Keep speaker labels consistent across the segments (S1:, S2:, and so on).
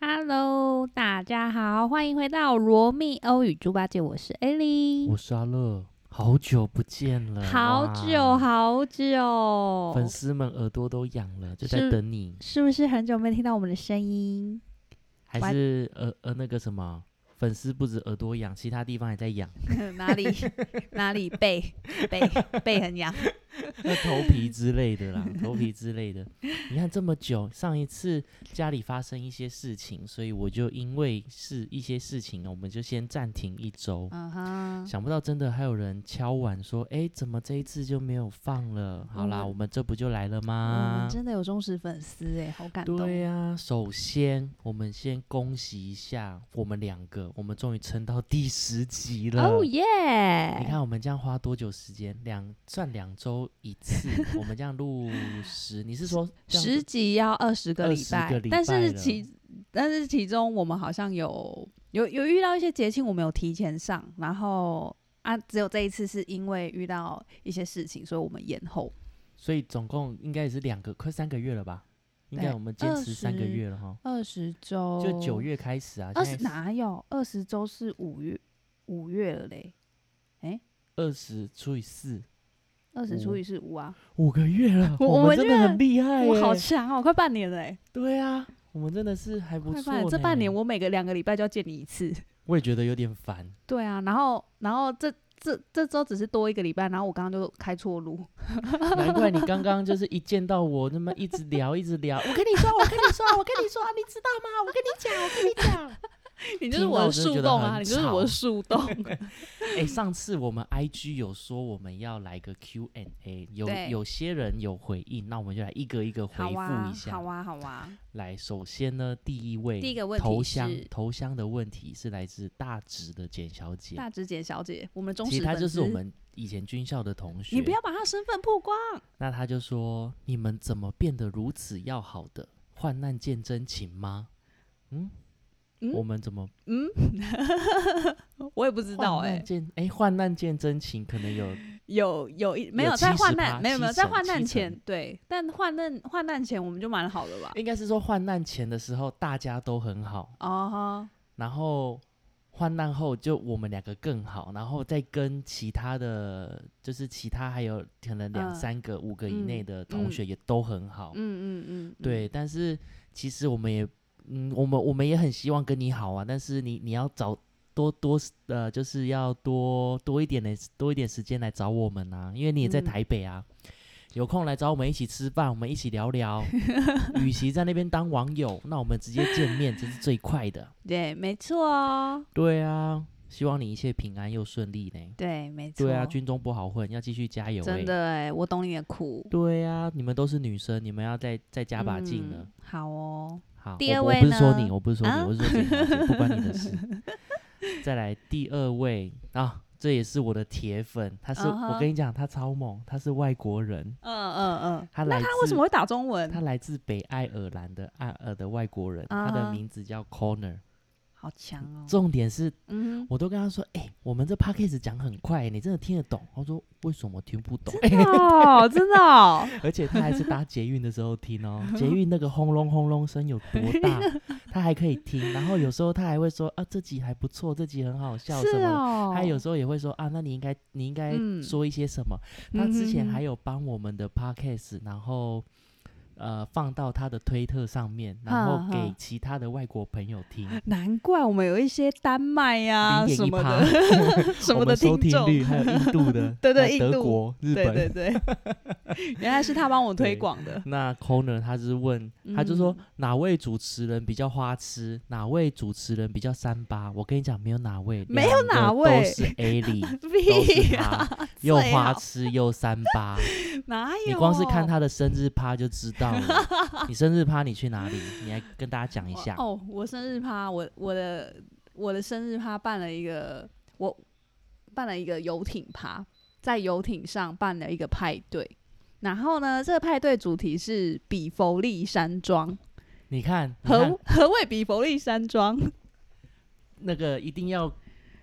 S1: Hello，大家好，欢迎回到《罗密欧与猪八戒》，我是 Ellie，
S2: 我是阿乐，好久不见了，
S1: 好
S2: 哇
S1: 久好久，
S2: 粉丝们耳朵都痒了，就在
S1: 是
S2: 等你，
S1: 是不是很久没听到我们的声音？
S2: 还
S1: 完
S2: 是呃呃那个什么，粉丝不止耳朵痒，其他地方也在痒，
S1: 哪里哪里背背背很 痒，
S2: 那头皮之类 的啦，头皮之类的。你看这么久，上一次家里发生一些事情，所以我就因为是一些事情，我们就先暂停一周。
S1: 嗯哼，
S2: 想不到真的还有人敲碗说，哎、怎么这一次就没有放了？好啦，
S1: 我们
S2: 我们这不就来了
S1: 我
S2: 吗
S1: 们？真的有忠实粉丝哎，好感动，
S2: 啊对呀、首先我们先恭喜一下我们两个，我们终于撑到第十集了。
S1: 哦耶，
S2: 你看我们这样花多久时间？两算两周一次，我们这 样录十，你是说这样
S1: 十集要二十个礼
S2: 20
S1: 拜，
S2: 个礼
S1: 但
S2: 拜
S1: 是
S2: 了
S1: 其但是其中我们好像有有有遇到一些节庆，我们有提前上，然后啊，只有这一次是因为遇到一些事情，所以我们延后。
S2: 所以总共应该也是两个，快三个月了吧？应
S1: 对
S2: 该我们坚持三个
S1: 20
S2: 月了哈，
S1: 二十周
S2: 就九，月开始啊，
S1: 二
S2: 现
S1: 十
S2: 在
S1: 哪有二十周是五月五月了嘞，
S2: 二十除以四，
S1: 二十除
S2: 五
S1: 以是五啊，
S2: 五个月了，
S1: 我
S2: 我
S1: 我
S2: 们真
S1: 觉
S2: 的
S1: 得
S2: 很厉害
S1: 我好
S2: 耶
S1: 强哦，快半年了欸，
S2: 对啊，我们真的是还不
S1: 快
S2: 错
S1: 半年
S2: 呢。
S1: 这半年我每个两个礼拜就要见你一次。
S2: 我也觉得有点烦，
S1: 对啊，然后然后这这这周只是多一个礼拜，然后我刚刚就开错路。
S2: 难怪你刚刚就是一见到我，那么一直聊， 一直聊。我跟你说，我跟你说，我跟你说，你知道吗？我跟你讲，我跟你讲。
S1: 你就是
S2: 听
S1: 我
S2: 到
S1: 的
S2: 我真的
S1: 树
S2: 觉得
S1: 洞啊，
S2: 很
S1: 你就是我的
S2: 吵
S1: 树 洞。
S2: 哎、上次我们 IG 有说我们要来个 Q&A，有
S1: 对
S2: 有些人有回应，那我们就来一个一个回
S1: 好
S2: 复
S1: 啊
S2: 一，下。
S1: 好啊，好啊。
S2: 来，首先呢，第一位
S1: 第一个问题
S2: 头香
S1: 是
S2: 头香的问题是来自大直的简小姐，
S1: 大直姐小姐，我们忠
S2: 其
S1: 实
S2: 实她
S1: 粉
S2: 就是我
S1: 丝，
S2: 们以前军校的同学。
S1: 你不要把她身份曝光。
S2: 那他就说：“你们怎么变得如此要好的？患难见真情吗？”嗯，
S1: 嗯
S2: 我们怎么
S1: 我也不知道
S2: 患
S1: 哎、
S2: 难见哎、患难见真情，可能有
S1: 有有一没
S2: 有
S1: 有在
S2: 70%
S1: 患难，没有没有
S2: 七
S1: 在
S2: 成
S1: 患难
S2: 七
S1: 前
S2: 成，
S1: 对，但患难患难前我们就蛮好的吧。
S2: 应该是说患难前的时候大家都很好，
S1: 哦、
S2: 然后患难后就我们两个更好，然后再跟其他的就是其他还有可能两
S1: 嗯
S2: 三个、五个以
S1: 嗯
S2: 内的同学也都很好，
S1: 嗯嗯嗯，嗯，
S2: 对，但是其实我们也，嗯，我们我们也很希望跟你好啊，但是你你要找多多呃，就是要多多一点的多一点时间来找我们啊，因为你也在
S1: 嗯
S2: 台北啊，有空来找我们一起吃饭，我们一起聊聊。与其在那边当网友，那我们直接见面，这是最 快的。
S1: 对，没错哦，
S2: 对啊，希望你一切平安又顺利呢。
S1: 对，没错。
S2: 对啊，军中不好混，要继续加油、欸。
S1: 真。的哎、我懂你的苦，
S2: 对啊，你们都是女生，你们要再再加把劲了。
S1: 嗯好哦，
S2: 好，
S1: 第
S2: 我
S1: 二
S2: 我
S1: 位
S2: 不是说
S1: 呢
S2: 你，我不是说你，
S1: 啊
S2: 我是说简小姐，不关你 的事。再来第二位啊，这也是我的铁粉，他是、我跟你讲，他超猛，他是外国人，
S1: 嗯嗯嗯。
S2: 他来自
S1: 他为什么会打中文？
S2: 他来自北爱尔兰的爱尔的外国人，他
S1: 啊哈
S2: 的名字叫 Corner。
S1: 好强哦。
S2: 重点是，
S1: 嗯哼，
S2: 我都跟他说，哎、我们这 p a c k a g e 讲很快、你真的听得懂？他说为什么听不懂？
S1: 哦，真的 哦，
S2: 而且他还是搭捷运的时候听哦， 捷运那个轰隆轰隆声有多 大，他还可以听。然后有时候他还会说啊，这集还不错，这集很好笑什
S1: 是
S2: 么的。
S1: 哦，
S2: 他有时候也会说啊，那你应该你应该
S1: 嗯
S2: 说一些什么。他之前还
S1: 有
S2: 有帮我们的 podcast，然后呃放到他的推特上面，然
S1: 哈
S2: 后
S1: 哈
S2: 给其他的外国朋友听。
S1: 难怪我们有一些丹麦呀、
S2: 零点
S1: 什
S2: 一
S1: 么
S2: 趴
S1: 的，啊 什
S2: 我
S1: 么的
S2: 们收
S1: 听
S2: 听
S1: 众，
S2: 率还有印度的
S1: ，对对
S2: 还有
S1: 印
S2: 德
S1: 度
S2: 国、日
S1: 对 对
S2: 本，
S1: 对， 原来是他帮我推
S2: 对
S1: 广的，
S2: 那 Corner 他是问，他就说
S1: 嗯
S2: 哪位主持人比较花痴，哪位主持人比较三八？我跟你讲，没有哪位，
S1: 没有
S2: 两个
S1: 哪位
S2: 都是 A 里，都
S1: 屁
S2: 是
S1: 呀、
S2: 他， 又
S1: 最
S2: 花
S1: 好哦
S2: 痴又三八。
S1: 哪有？
S2: 你光是看他的生日趴就知 道了。你生日趴你去哪里？你来跟大家讲一
S1: 我
S2: 下。
S1: 哦，我生日趴，我我的我的生日趴办了一个，我办了一个游艇趴，在游艇上办了一个派对。然后呢，这个派对主题是比佛利山庄。
S2: 你看，你看
S1: 何何谓比佛利山庄？
S2: 那个一定要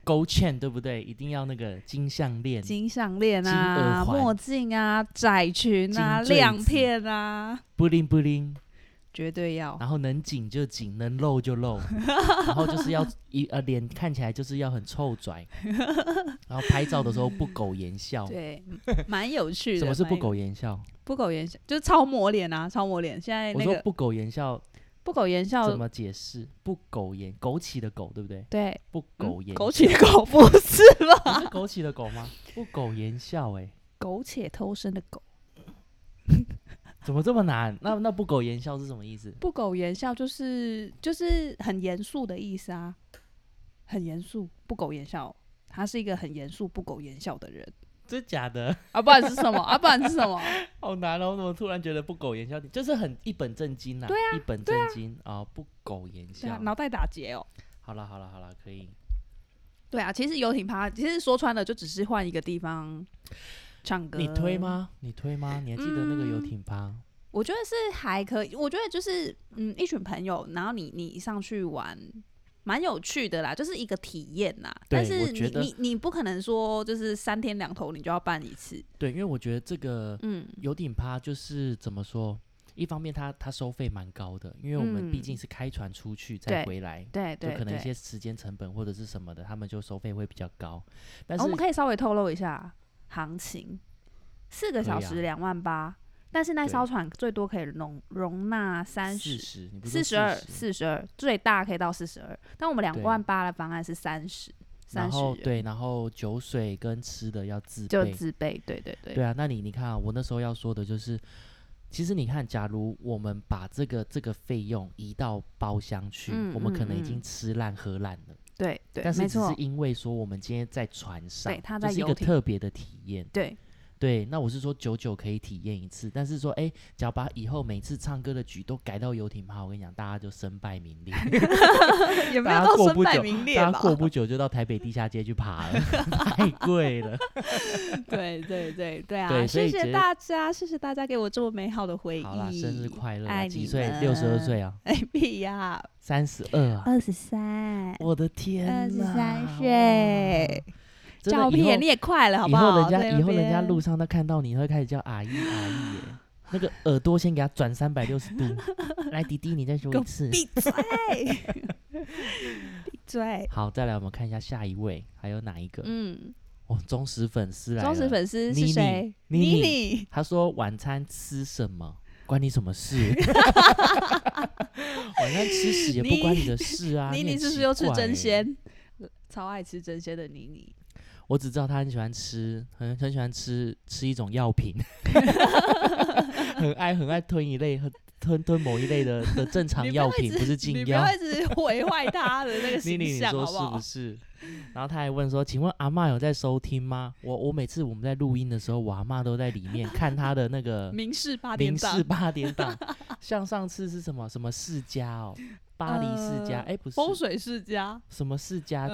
S2: 勾芡，对不对？一定要那个金项链。
S1: 金项链
S2: 金
S1: 啊
S2: 耳，环
S1: 墨镜啊，窄裙啊，
S2: 金坠子
S1: 亮片啊，
S2: 布灵布灵，
S1: 绝对要。
S2: 然后能紧就紧，能露 就露，然后就是要一呃脸看起来就是要很 臭拽，然后拍照的时候不苟言笑。
S1: 对，蛮有趣的。
S2: 什么是不
S1: 蛮有
S2: 苟言笑？
S1: 不苟言笑？就是超模脸啊，超模脸。现在
S2: 我
S1: 那
S2: 说
S1: 个哦
S2: 不苟言笑
S1: 不苟言
S2: 怎
S1: 笑，
S2: 么解释？不苟言，枸杞的枸，对不对？
S1: 对，
S2: 不
S1: 嗯
S2: 苟言，
S1: 苟 且狗不是吧？
S2: 不是枸杞的枸吗？不苟言笑，哎，
S1: 苟且偷生的狗。
S2: 怎么这么难？那那不苟言笑是什么意思？
S1: 不苟言笑就是就是很严肃的意思啊，很严肃，不苟言笑。他是一个很严肃、不苟言笑的人
S2: 真假的？
S1: 啊，不然是什么啊？不然是什么？
S2: 好难哦！我怎么突然觉得不苟言笑，就是很一本正经呐、对啊，一本正经啊、哦不苟言
S1: 对
S2: 笑
S1: 啊，。脑袋打结哦。
S2: 好了好了好了，可以。
S1: 对啊，其实游艇趴，其实说穿了就只是换一个地方唱歌。
S2: 你推？吗？你推吗？你还记得那个游
S1: 嗯
S2: 艇趴？
S1: 我觉得是还可以，我觉得就是嗯，一群朋友，然后你你上去玩，蛮有趣的啦，就是一个体验呐。
S2: 对
S1: 但是
S2: 我觉
S1: 你
S2: 得
S1: 你你不可能说就是三天两头你就要办一次，
S2: 对，因为我觉得这个
S1: 嗯，
S2: 游艇趴就是怎么说？一方面它，它收费蛮高的，因为我们毕竟
S1: 嗯
S2: 是开船出去
S1: 对
S2: 再回来，
S1: 对
S2: 就
S1: 对
S2: 可能一
S1: 对。
S2: 些时间成本或者是什么的，他们就收费会比较高。但
S1: 然
S2: 是
S1: 哦后我们可以稍微透露一下行情，四个
S2: 可以
S1: 小
S2: 啊
S1: 时两万八，但是那
S2: 对
S1: 艘船最多可以容容纳三
S2: 四
S1: 十
S2: 十，你不是
S1: 四十二，四十二，最大可以到四十二，但我们两
S2: 对
S1: 万八的方案是三十，
S2: 然
S1: 三十
S2: 后
S1: 人
S2: 对，然后酒水跟吃的要自
S1: 就
S2: 备。
S1: 自备，对对对，
S2: 对啊，那你你看啊，我那时候要说的就是，其实你看，假如我们把这个这个费用移到包厢去，
S1: 嗯
S2: 我们可能已
S1: 嗯嗯
S2: 经吃烂喝烂了。
S1: 对对，
S2: 但是
S1: 没
S2: 只是
S1: 错，
S2: 因为说我们今天在船上，
S1: 对它
S2: 这
S1: 在
S2: 是一
S1: 游
S2: 个
S1: 艇
S2: 特别的体验。
S1: 对
S2: 对，那我是说久久可以体验一次，但是说哎，只要把以后每次唱歌的局都改到游艇趴，我跟你讲，大家就身败名 裂，
S1: 也没有
S2: 大家
S1: 到
S2: 过
S1: 身
S2: 不
S1: 败
S2: 久
S1: 名裂
S2: 大
S1: 吧
S2: 家？过不久就到台北地下街去爬了， 太贵了。
S1: 对对对对啊！
S2: 对所
S1: 谢
S2: 以觉
S1: 谢
S2: 得
S1: 大家，谢谢大家给我这么美好的回忆。
S2: 好啦，生日快乐啊！
S1: 爱
S2: 几
S1: 你
S2: 岁？
S1: 们
S2: 六十二岁啊，
S1: 哎屁呀，
S2: 三十二啊！
S1: 二十三，
S2: 我的天呐，
S1: 二十三
S2: 哇
S1: 岁，，
S2: 真的
S1: 照
S2: 以后
S1: 片你也快了，好不
S2: 以后
S1: 好？
S2: 人家
S1: 在
S2: 以
S1: 那
S2: 后人家
S1: 边
S2: 路上他看到你，他会开始叫阿姨阿姨耶。 那个耳朵先给他转三百六十度，来迪迪，你再说
S1: 给
S2: 一
S1: 我
S2: 次。
S1: 闭嘴，闭嘴，
S2: 好，再来我们看一下下一位还有哪一个？
S1: 嗯。
S2: 哦，忠实粉丝来了。
S1: 忠实粉丝是
S2: 妮
S1: 谁？
S2: 妮妮
S1: 妮，
S2: 他说晚餐吃什么？关你什 么事？晚餐吃屎也不关你的 事啊！
S1: 妮
S2: 你
S1: 妮
S2: 很
S1: 是不是
S2: 奇
S1: 又吃
S2: 怪欸
S1: 真？鲜？超爱吃真鲜的妮妮，
S2: 我只知道他很喜欢吃，很很喜欢吃吃一种药品， 很爱很爱吞一类，很吞吞某一类的的正常
S1: 你不要
S2: 药
S1: 一
S2: 品，
S1: 直
S2: 不是
S1: 你
S2: 禁
S1: 不
S2: 药
S1: 要。一 直毁坏她的那个
S2: 妮
S1: 形
S2: 妮，你
S1: 象，
S2: 说
S1: 好
S2: 是
S1: 好
S2: 不？是？然后他还问说：“请问阿嬷有在收听吗？”我我每次我们在录音的时候，我阿嬷都在里面看她的那个
S1: 明示 八点
S2: 零
S1: 档
S2: 四，八点档，像上次是什么什么世家哦，巴黎世家，
S1: 呃
S2: 哎、不是
S1: 风水世家
S2: 什么世家去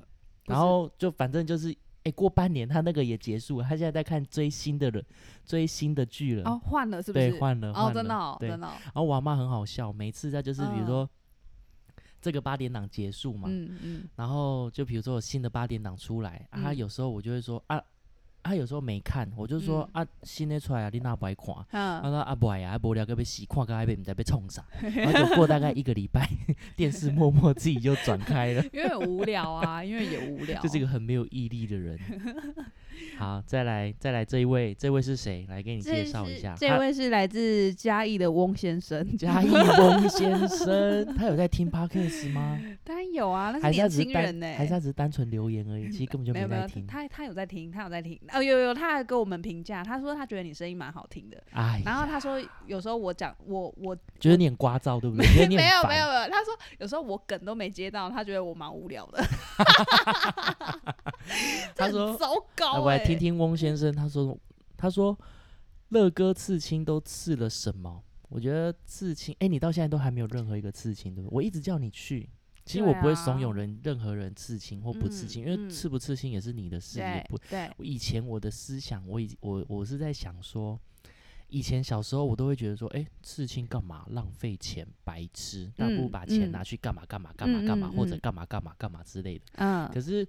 S1: 呃不
S2: 然
S1: 是
S2: 后就反正就是，哎、过半年他那个也结束了，他现在在看追新的人，追新的剧了，
S1: 哦，换了是不
S2: 对，
S1: 是？
S2: 换了，
S1: 哦
S2: 换，了，
S1: 真的哦，
S2: 对。
S1: 真的哦，
S2: 然后我阿妈很好笑，每次她就是比如
S1: 嗯
S2: 说、这个八点档结束嘛，
S1: 嗯嗯，
S2: 然后就比如说有新的八点档出来，啊，她
S1: 嗯
S2: 有时候我就会说啊，她有时候没看，我就说、啊，新的出来啊，你那不爱看。
S1: 嗯
S2: 啊，说啊不爱啊，无聊个被洗，看个爱被唔知被冲啥，然后就过大概一个礼拜，电视默默自己就转开了。
S1: 因为无聊啊，因为也无聊，
S2: 就是一个很没有毅力的 人。好，再来，再来这一位，这位是谁？来给你介
S1: 这
S2: 绍一
S1: 是
S2: 下。
S1: 这位是来自嘉义的翁先生，
S2: 嘉义翁先生，他有在听 podcast 吗？
S1: 当然有啊，那
S2: 还是他
S1: 年
S2: 只
S1: 轻
S2: 是
S1: 人
S2: 单，
S1: 呢，
S2: 还是他只是单纯留言而已？其实根本就
S1: 没有没
S2: 在
S1: 有，
S2: 听。
S1: 他他有在听，他有在听。哦，有有，他还给我们评价，他说他觉得你声音蛮好听的。
S2: 哎呀，
S1: 然后他说，有时候我讲我我
S2: 觉得你很聒噪，对 不对？觉
S1: 没
S2: 得
S1: 有
S2: 你
S1: 没
S2: 很
S1: 有
S2: 烦
S1: 没有，他说有时候我梗都没接到，他觉得我蛮无聊的。这
S2: 他
S1: 很
S2: 说
S1: 糟糕、
S2: 来
S1: 欸，
S2: 我来听听翁先生，他说，他说，乐哥刺青都刺了什么？我觉得刺青，哎、你到现在都还没有任何一个刺青，对不对？我一直叫你去，其实
S1: 对
S2: 我不会
S1: 啊
S2: 怂恿人任何人刺青或不刺
S1: 嗯
S2: 青，因为
S1: 嗯
S2: 刺不刺青也是你的事，也
S1: 对
S2: 不。
S1: 对，
S2: 我以前我的思想，我以我我是在想说，以前小时候我都会觉得说，哎、刺青干嘛？浪费钱，白痴，那不如
S1: 嗯
S2: 把
S1: 嗯
S2: 钱拿去干嘛干嘛干嘛干嘛，
S1: 嗯嗯
S2: 或者
S1: 嗯
S2: 干嘛干嘛干嘛之类的。
S1: 嗯
S2: 可是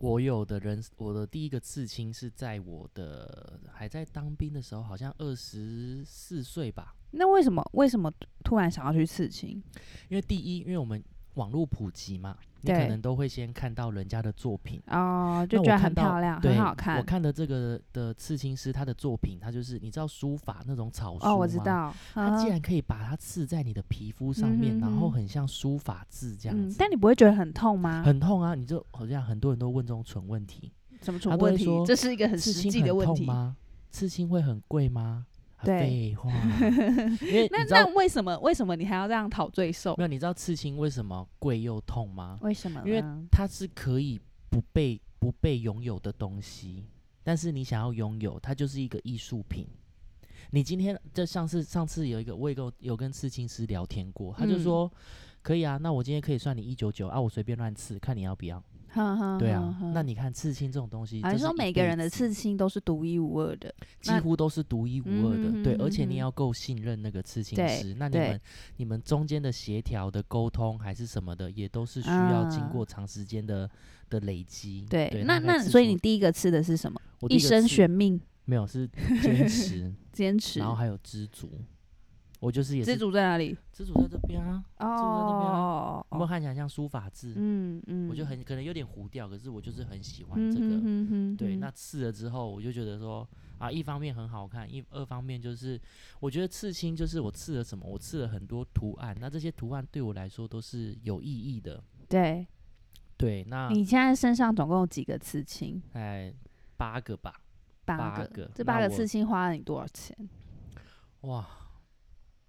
S2: 我有的人，我的第一个刺青是在我的还在当兵的时候，好像二十四岁吧，
S1: 那为什么为什么突然想要去刺青？
S2: 因为第一，因为我们网络普及嘛，你可
S1: 对
S2: 能都会先看到人家的作品，
S1: 哦，
S2: 那
S1: 就
S2: 我
S1: 觉得
S2: 看
S1: 很
S2: 到
S1: 漂亮，
S2: 对
S1: 很好看
S2: 我。看的这个的刺青师，他的作品，他就是你知道书法那种草书
S1: 哦，我知
S2: 吗。
S1: 道。嗯
S2: 他竟然可以把它刺在你的皮肤上面，
S1: 嗯哼
S2: 然后
S1: 嗯哼
S2: 很像书法字这样
S1: 嗯
S2: 子，，
S1: 但你不会觉得很痛吗？
S2: 很痛啊！你就好像很多人都问这种蠢问题，
S1: 什么
S2: 他
S1: 蠢
S2: 都
S1: 问
S2: 会
S1: 题
S2: 说？
S1: 这是一个很
S2: 刺
S1: 实
S2: 青
S1: 际
S2: 很
S1: 的问
S2: 痛
S1: 题。
S2: 吗？刺青会很贵吗？啊
S1: 对
S2: 废 话，因为
S1: 那
S2: 你知道
S1: 那为什么为什么你还要这样讨罪受
S2: 没？有？你知道刺青为什么贵又痛吗？
S1: 为什么呢？
S2: 因为它是可以不被不被拥有的东西，但是你想要拥有，它就是一个艺术品。你今天就像是上次有一个，我有跟有跟刺青师聊天过，他就
S1: 嗯
S2: 说、可以啊，那我今天可以算你一九九啊，我随便乱刺，看你要不要。
S1: 哼哼
S2: 对啊
S1: 哼，嗯哼
S2: 那你看刺青这种东西，
S1: 还
S2: 就是
S1: 说
S2: 一
S1: 每个
S2: 辈
S1: 人的
S2: 子
S1: 刺青都是独一无二的？
S2: 几
S1: 那
S2: 乎都是独一无二的，
S1: 嗯
S2: 对，
S1: 哼
S2: 而且你
S1: 哼
S2: 要够信任那个刺青
S1: 对
S2: 师，那你
S1: 对
S2: 们你们中间的协调的沟通还是什么的，也都是需要经
S1: 啊
S2: 过长时间的、的累积。
S1: 对，那
S2: 那
S1: 那所以你第一个吃的是什么？
S2: 我第
S1: 一
S2: 个
S1: 生
S2: 刺
S1: 悬命，
S2: 没有是 坚持，
S1: 坚持
S2: 然。后还有知足，我就是也是
S1: 知足在哪里？
S2: 知足在这边啊，边
S1: 哦，
S2: 有没有看起来像书法字？
S1: 嗯嗯，
S2: 我就很可能有点糊掉，可是我就是很喜欢
S1: 嗯
S2: 这个。
S1: 哼哼哼
S2: 对，
S1: 哼
S2: 那刺了之后，我就觉得说啊，一方面很好看，一二方面就是我觉得刺青就是我刺了什么，我刺了很多图案，那这些图案对我来说都是有意义的。
S1: 对
S2: 对，那
S1: 你现在身上总共有几个刺青？
S2: 哎八个吧，八
S1: 八
S2: 个
S1: 这
S2: 那
S1: 八个
S2: 我
S1: 刺青花了你多少钱？
S2: 哇，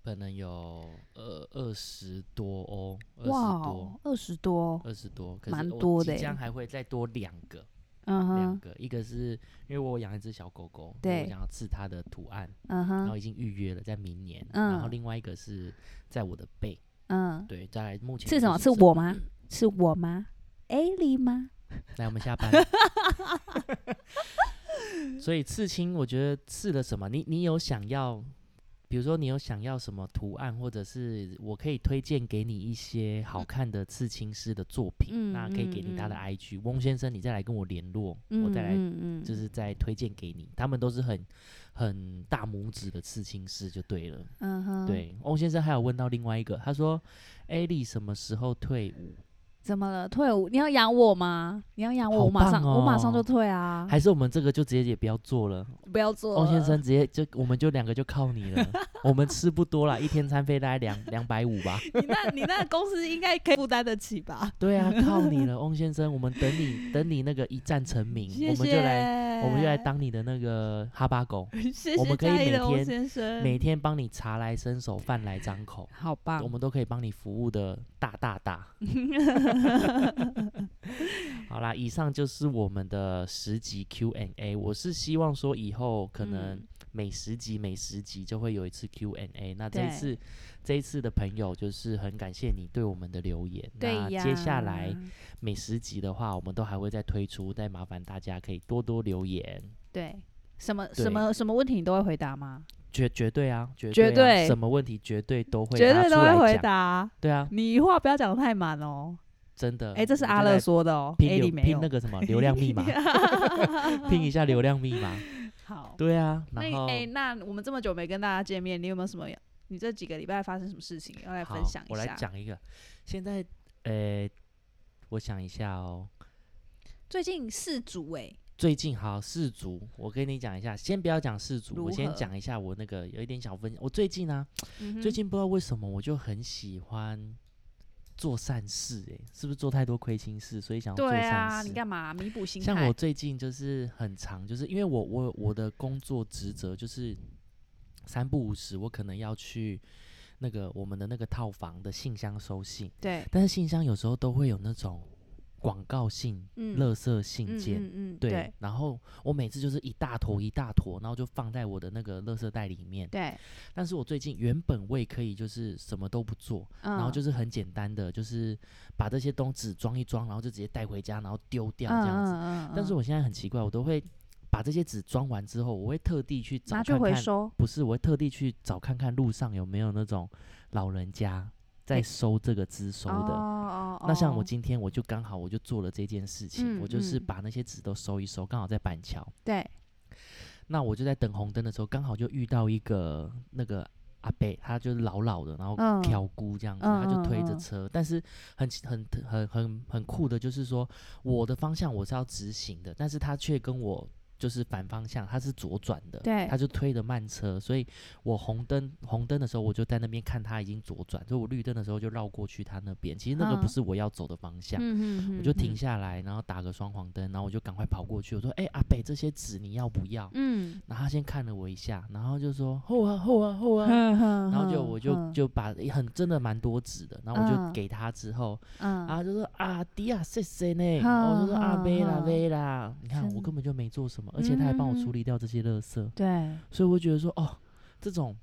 S2: 可能有呃二十多哦，二
S1: 哇
S2: 十
S1: 哦
S2: 多，，
S1: 二十多，
S2: 二十多，可
S1: 蛮
S2: 是我
S1: 多的
S2: 即
S1: 欸
S2: 将还会再多两个，
S1: 嗯
S2: 两
S1: 哼，
S2: 个，一个是因为我有养一只小狗狗，所以我
S1: 对
S2: 想要刺它的图案，
S1: 嗯
S2: 然后
S1: 哼，
S2: 已经预约了，在明年。然后
S1: 嗯
S2: 另外一个是在我的背，
S1: 嗯，
S2: 对，再来目前
S1: 是
S2: 就
S1: 什么？
S2: 是
S1: 是
S2: 这
S1: 我吗？是我吗？Ali 吗？
S2: 来，我们下班。 所以刺青，我觉得刺了什么？你你有想要，比如说你有想要什么图案，或者是我可以推荐给你一些好看的刺青师的作品，
S1: 嗯
S2: 那可以给你他的
S1: 嗯
S2: IG，、翁先生，你再来跟我联络，
S1: 嗯
S2: 我再来
S1: 嗯嗯，
S2: 就是再推荐给你。他们都是很很大拇指的刺青师，就对了。
S1: 嗯哼，，
S2: 对，翁先生还有问到另外一个，他说艾莉什么时候退伍？
S1: 怎么了？退伍？你要养我吗？你要养我，
S2: 好
S1: 我马
S2: 棒
S1: 上我马上
S2: 哦
S1: 就退啊！
S2: 还是我们这个就直接也不要做了？
S1: 不要做
S2: 翁先
S1: 了
S2: 生直接就我们就两个就靠你了，我们吃不多啦，一天餐费大概两两百五吧。
S1: 你那你那公司应该可以负担得起吧？
S2: 对啊，靠你了，翁先生，我们等你等你那个一战成名，我们就来我们就来，当你的那个哈巴狗，
S1: 谢
S2: 我
S1: 谢
S2: 们可以
S1: 嘉义
S2: 每
S1: 的翁
S2: 天
S1: 先生，
S2: 每天帮你茶来伸手，饭来张口，
S1: 好棒
S2: 我，们都可以帮你服务的大大 大。好啦，以上就是我们的十集 Q&A。我是希望说以后可能
S1: 嗯
S2: 每十集每十集就会有一次 Q&A。那这一
S1: 对
S2: 次这一次的朋友就是很感谢你对我们的留言。
S1: 对
S2: 那
S1: 呀，
S2: 接下来每十集的话，我们都还会再推出，再麻烦大家可以多多留言。
S1: 对什么
S2: 对
S1: 什么什么问题你都会回答吗？
S2: 绝绝对啊，绝
S1: 绝
S2: 对啊
S1: 对
S2: 什么问题绝对都会
S1: 绝
S2: 拿
S1: 对
S2: 出
S1: 都
S2: 来
S1: 会回
S2: 讲。
S1: 答，
S2: 对啊，
S1: 你话不要讲得太满哦。
S2: 真的。
S1: 哎，这是
S2: 呃
S1: 阿
S2: 我们就来
S1: 乐说的哦
S2: 拼
S1: ，A
S2: 流
S1: 里没
S2: 拼
S1: 有
S2: 那。个 什么流量密码，拼一下流量密码。
S1: 好，
S2: 对啊，
S1: 那
S2: 然
S1: 你
S2: 后
S1: 哎，那我们这么久没跟大家见面，你有没有什么？你这几个礼拜发生什么事情要来分
S2: 好
S1: 享一
S2: 我来
S1: 下？
S2: 讲一个。现在呃，我想一下哦，
S1: 最近四组哎，
S2: 最近好世足，我跟你讲一下，先不要讲世足，
S1: 如
S2: 我先
S1: 何
S2: 讲一下我那个有一点小分。我最近啊，
S1: 嗯哼
S2: 最近不知道为什么我就很喜欢。做善事、欸，是不是做太多亏心事，所以想要做
S1: 对
S2: 善事？
S1: 啊，你干嘛弥补心态？
S2: 像我最近就是很长，就是因为我我我的工作职责就是三不五时，我可能要去那个我们的那个套房的信箱收信，
S1: 对，
S2: 但是信箱有时候都会有那种广告信、
S1: 嗯
S2: 垃圾信
S1: 嗯
S2: 件。
S1: 嗯嗯，
S2: 对，
S1: 对
S2: 然后我每次就是一大坨一大坨，然后就放在我的那个垃圾袋里面。
S1: 对，
S2: 但是我最近原本我也可以就是什么都不做，然后
S1: 嗯
S2: 就是很简单的，就是把这些东西装一装，然后就直接带回家，然后丢掉这样子。
S1: 嗯嗯嗯
S2: 但是
S1: 嗯
S2: 我现在很奇怪，我都会把这些纸装完之后，我会特地去找
S1: 拿
S2: 看
S1: 去
S2: 看，
S1: 回收，
S2: 不是，我会特地去找看看路上有没有那种老人家在
S1: 对
S2: 收这个纸收的。
S1: 哦哦
S2: 那像我
S1: 哦
S2: 今天我就刚好我就做了这件事情，
S1: 嗯
S2: 我就是
S1: 嗯
S2: 把那些纸都收一收，刚好在板桥。
S1: 对
S2: 那我就在等红灯的时候，刚好就遇到一个那个阿伯，他就是老老的，然后
S1: 嗯
S2: 挑姑这样子，
S1: 嗯
S2: 他就推着
S1: 嗯嗯
S2: 车，但是很很很很很酷的，就是说我的方向我是要直行的，但是他却跟我就是反方向，他是左转的，
S1: 对
S2: 他就推着慢车，所以我红灯红灯的时候我就在那边看他已经左转，所以我绿灯的时候就绕过去他那边，其实那个
S1: 嗯
S2: 不是我要走的方向，
S1: 嗯
S2: 我就停，下来，然后打个双黄灯，然后我就赶快跑过去，我说：“哎、阿北，这些纸你要不要？”
S1: 嗯，
S2: 然后他先看了我一下，然后就说：“后啊，后啊，后啊。”
S1: 然
S2: 然后就我就，就把很真的蛮多纸的，然后我就
S1: 嗯
S2: 给他之后，
S1: 嗯
S2: 啊就说啊迪啊谢谢呢，
S1: 哼
S2: 然后我就说啊
S1: 哼
S2: 没啦
S1: 哼
S2: 没啦，你看
S1: 嗯真
S2: 我
S1: 的
S2: 根本就没做什么，而且他还帮我
S1: 嗯
S2: 处理掉这些垃圾，
S1: 对，
S2: 所以我觉得说哦，这种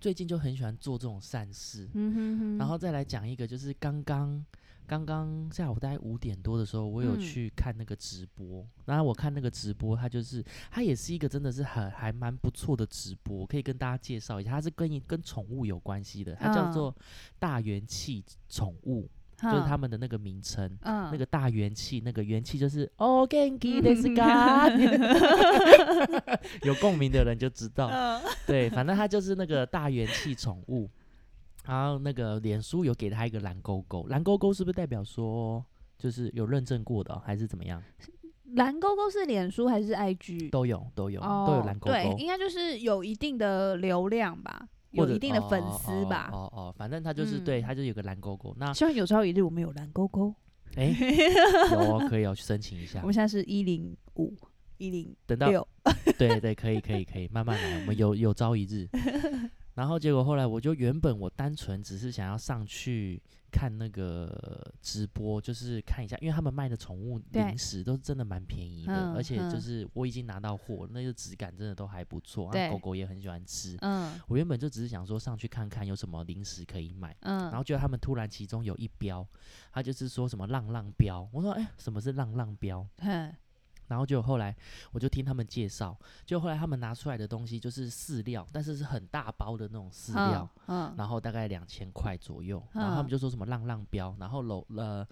S2: 最近就很喜欢做这种善事，
S1: 嗯哼哼，
S2: 然后再来讲一个，就是刚刚刚刚下午大概五点多的时候，我有
S1: 嗯
S2: 去看那个直播。然后我看那个直播，它就是它也是一个真的是很还蛮不错的直播，我可以跟大家介绍一下。它是跟一跟宠物有关系的，它叫
S1: 嗯
S2: 做大元气宠物，
S1: 就
S2: 就是他们的那个名称。
S1: 嗯
S2: 那个大元气，那个元气就是哦 g a n k i this God，有共鸣的人就知道。
S1: 嗯
S2: 对，反正他就是那个大元气宠物。然后那个脸书有给他一个蓝勾勾，蓝勾勾是不是代表说就是有认证过的哦、还是怎么样？
S1: 蓝勾勾是脸书还是 IG？
S2: 都有，都有，
S1: 哦，
S2: 都有蓝勾
S1: 对，
S2: 勾，
S1: 应该就是有一定的流量吧，
S2: 或
S1: 有
S2: 者
S1: 一定的粉
S2: 哦
S1: 丝吧。
S2: 哦哦哦反正他就是、对，
S1: 嗯
S2: 他就有个蓝勾勾。 那
S1: 希望有朝一日我们有蓝勾勾。
S2: 哎，有哦可以哦，去申请一下
S1: 我。们现在是一零五、一零
S2: 等到
S1: 六，
S2: 对对，可以可以可以，慢慢来，我们 有有朝一日。然后结果后来我就原本我单纯只是想要上去看那个直播，就是看一下，因为他们卖的宠物
S1: 对
S2: 零食都是真的蛮便宜的，而
S1: 嗯
S2: 且就
S1: 嗯
S2: 是我已经拿到货，那个质感真的都还不错，啊、
S1: 对
S2: 狗狗也很喜欢吃。
S1: 嗯
S2: 我原本就只是想说上去看看有什么零食可以买，
S1: 嗯，
S2: 然后就他们突然其中有一标，他就是说什么浪浪标，我说哎、什么是浪浪标？
S1: 嗯
S2: 然后就后来我就听他们介绍，就后来他们拿出来的东西就是饲料，但是是很大包的那种饲料，，
S1: 嗯
S2: 然后大概两千块左右。然后他们
S1: 嗯
S2: 就说什么浪浪标，然后楼呃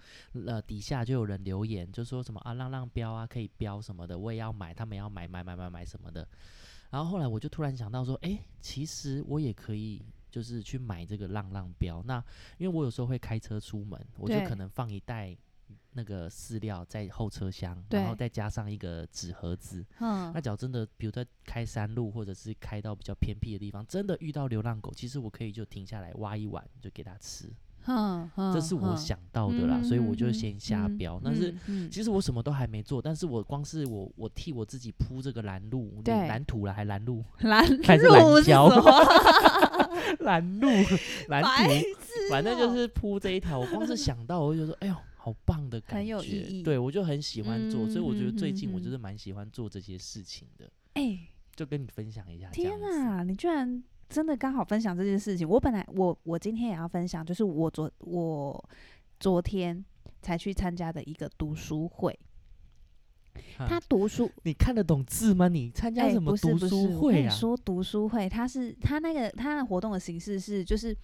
S2: 呃底下就有人留言，就说什么啊浪浪标啊可以标什么的，我也要买，他们也要买买买买买什么的。然后后来我就突然想到说，诶，其实我也可以。就是去买这个浪浪标，那因为我有时候会开车出门，我就
S1: 对
S2: 可能放一袋那个饲料在后车厢，然后
S1: 对
S2: 再加上一个纸盒子。那
S1: 嗯，
S2: 假如真的，比如在开山路或者是开到比较偏僻的地方，真的遇到流浪狗，其实我可以就停下来挖一碗就给它吃，
S1: 嗯嗯，
S2: 这是我
S1: 嗯
S2: 想到的啦，
S1: 嗯
S2: 所以我就
S1: 嗯
S2: 先瞎
S1: 嗯
S2: 标。但是
S1: 嗯嗯
S2: 其实我什么都还没做，但是我光是我我替我自己铺这个拦路，
S1: 对
S2: 蓝图了还拦路，
S1: 蓝
S2: 还是
S1: 鹿
S2: 蓝
S1: 是
S2: 胶
S1: 什 么
S2: 拦路蓝
S1: 白
S2: 图，
S1: 痴
S2: 反正就
S1: 哦
S2: 是铺这一条，我光是想到我就觉得，哎呦，好棒的感
S1: 很有
S2: 觉，
S1: 意义
S2: 对我就很喜欢做，所以我觉得
S1: 嗯
S2: 最
S1: 哼
S2: 近我就
S1: 哼
S2: 是蛮喜欢做这些事情的，
S1: 哎，
S2: 就跟你分享一下。
S1: 天啊
S2: 哪！
S1: 哪，你居然真的刚好分享这件事情。我本来我我今天也要分享，就是我昨我昨天才去参加的一个读书会。
S2: 哈
S1: 他读书
S2: 你看得懂字吗？你参加
S1: 哎，
S2: 什么
S1: 不是
S2: 读
S1: 不是，
S2: 书
S1: 我跟
S2: 会
S1: 你
S2: 啊？
S1: 说读书会，它是它那个它的活动的形式是就是。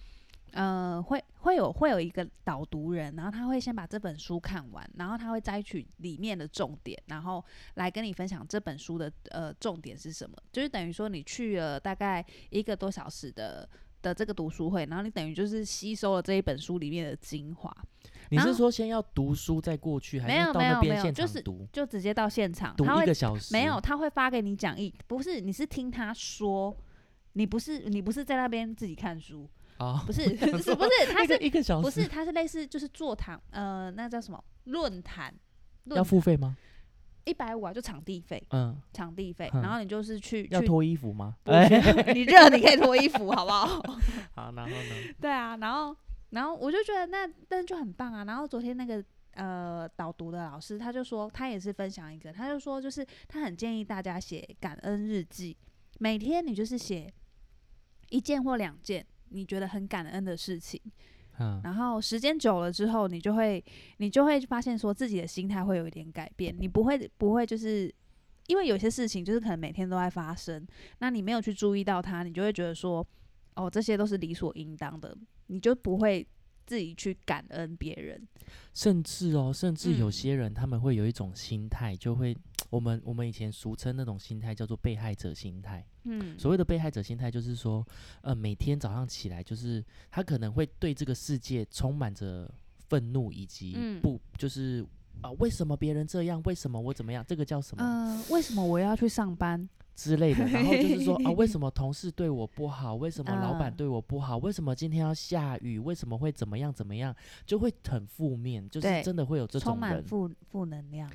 S1: 呃，会会有会有一个导读人，然后他会先把这本书看完，然后他会摘取里面的重点，然后来跟你分享这本书的呃重点是什么。就是等于说你去了大概一个多小时的的这个读书会，然后你等于就是吸收了这一本书里面的精华，
S2: 你
S1: 然
S2: 是
S1: 后
S2: 说先要读书再过去，还
S1: 没
S2: 是
S1: 有
S2: 到
S1: 没
S2: 那
S1: 有
S2: 边
S1: 没有
S2: 现
S1: 就
S2: 场
S1: 是
S2: 读？
S1: 就直接到现场，
S2: 读
S1: 他会
S2: 一个小时？
S1: 没有，，他会发给你讲义，不是，你是听他说，你不是你不是在那边自己看书，
S2: 啊，
S1: 不是 是不是，他
S2: 那 个
S1: 是
S2: 一个小
S1: 不是
S2: 时
S1: 他是类似就是座谈，呃，那叫什么论坛？
S2: 要
S1: 论
S2: 付费吗？
S1: 一百五啊，就场地费，
S2: 嗯，
S1: 场地费，
S2: 嗯
S1: 然后你就是去
S2: 要
S1: 去，
S2: 脱衣服吗？ 哎
S1: 不是你热你可以脱衣服，好不好？
S2: 好，然 后呢？
S1: 对啊，然后然后我就觉得那那就很棒啊。然后昨天那个呃导读的老师他就说，他也是分享一个，他就说就是他很建议大家写感恩日记，每天你就是写一件或两件你觉得很感恩的事情，
S2: 嗯，
S1: 然后时间久了之后，你就会你就会发现说自己的心态会有一点改变，你不会不会就是。因为有些事情就是可能每天都在发生，那你没有去注意到它，你就会觉得说，哦，这些都是理所应当的，你就不会自己去感恩别人。
S2: 甚至哦，甚至有
S1: 嗯
S2: 些人他们会有一种心态，就会我们我们以前俗称那种心态叫做被害者心态。
S1: 嗯，
S2: 所谓的被害者心态，就是说，呃，每天早上起来，就是他可能会对这个世界充满着愤怒，以及
S1: 嗯
S2: 不、就是啊、为什么别人这样？为什么我怎么样？这个叫什么、
S1: 嗯、为什么我要去上班？
S2: 之类的？然后就是说啊、为什么同事对我不好？为什么老板
S1: 嗯
S2: 对我不好？为什么今天要下雨？为什么会怎么样怎么样？就会很负面，就是
S1: 对
S2: 真的会有这
S1: 充
S2: 种
S1: 满
S2: 人
S1: 负负能量。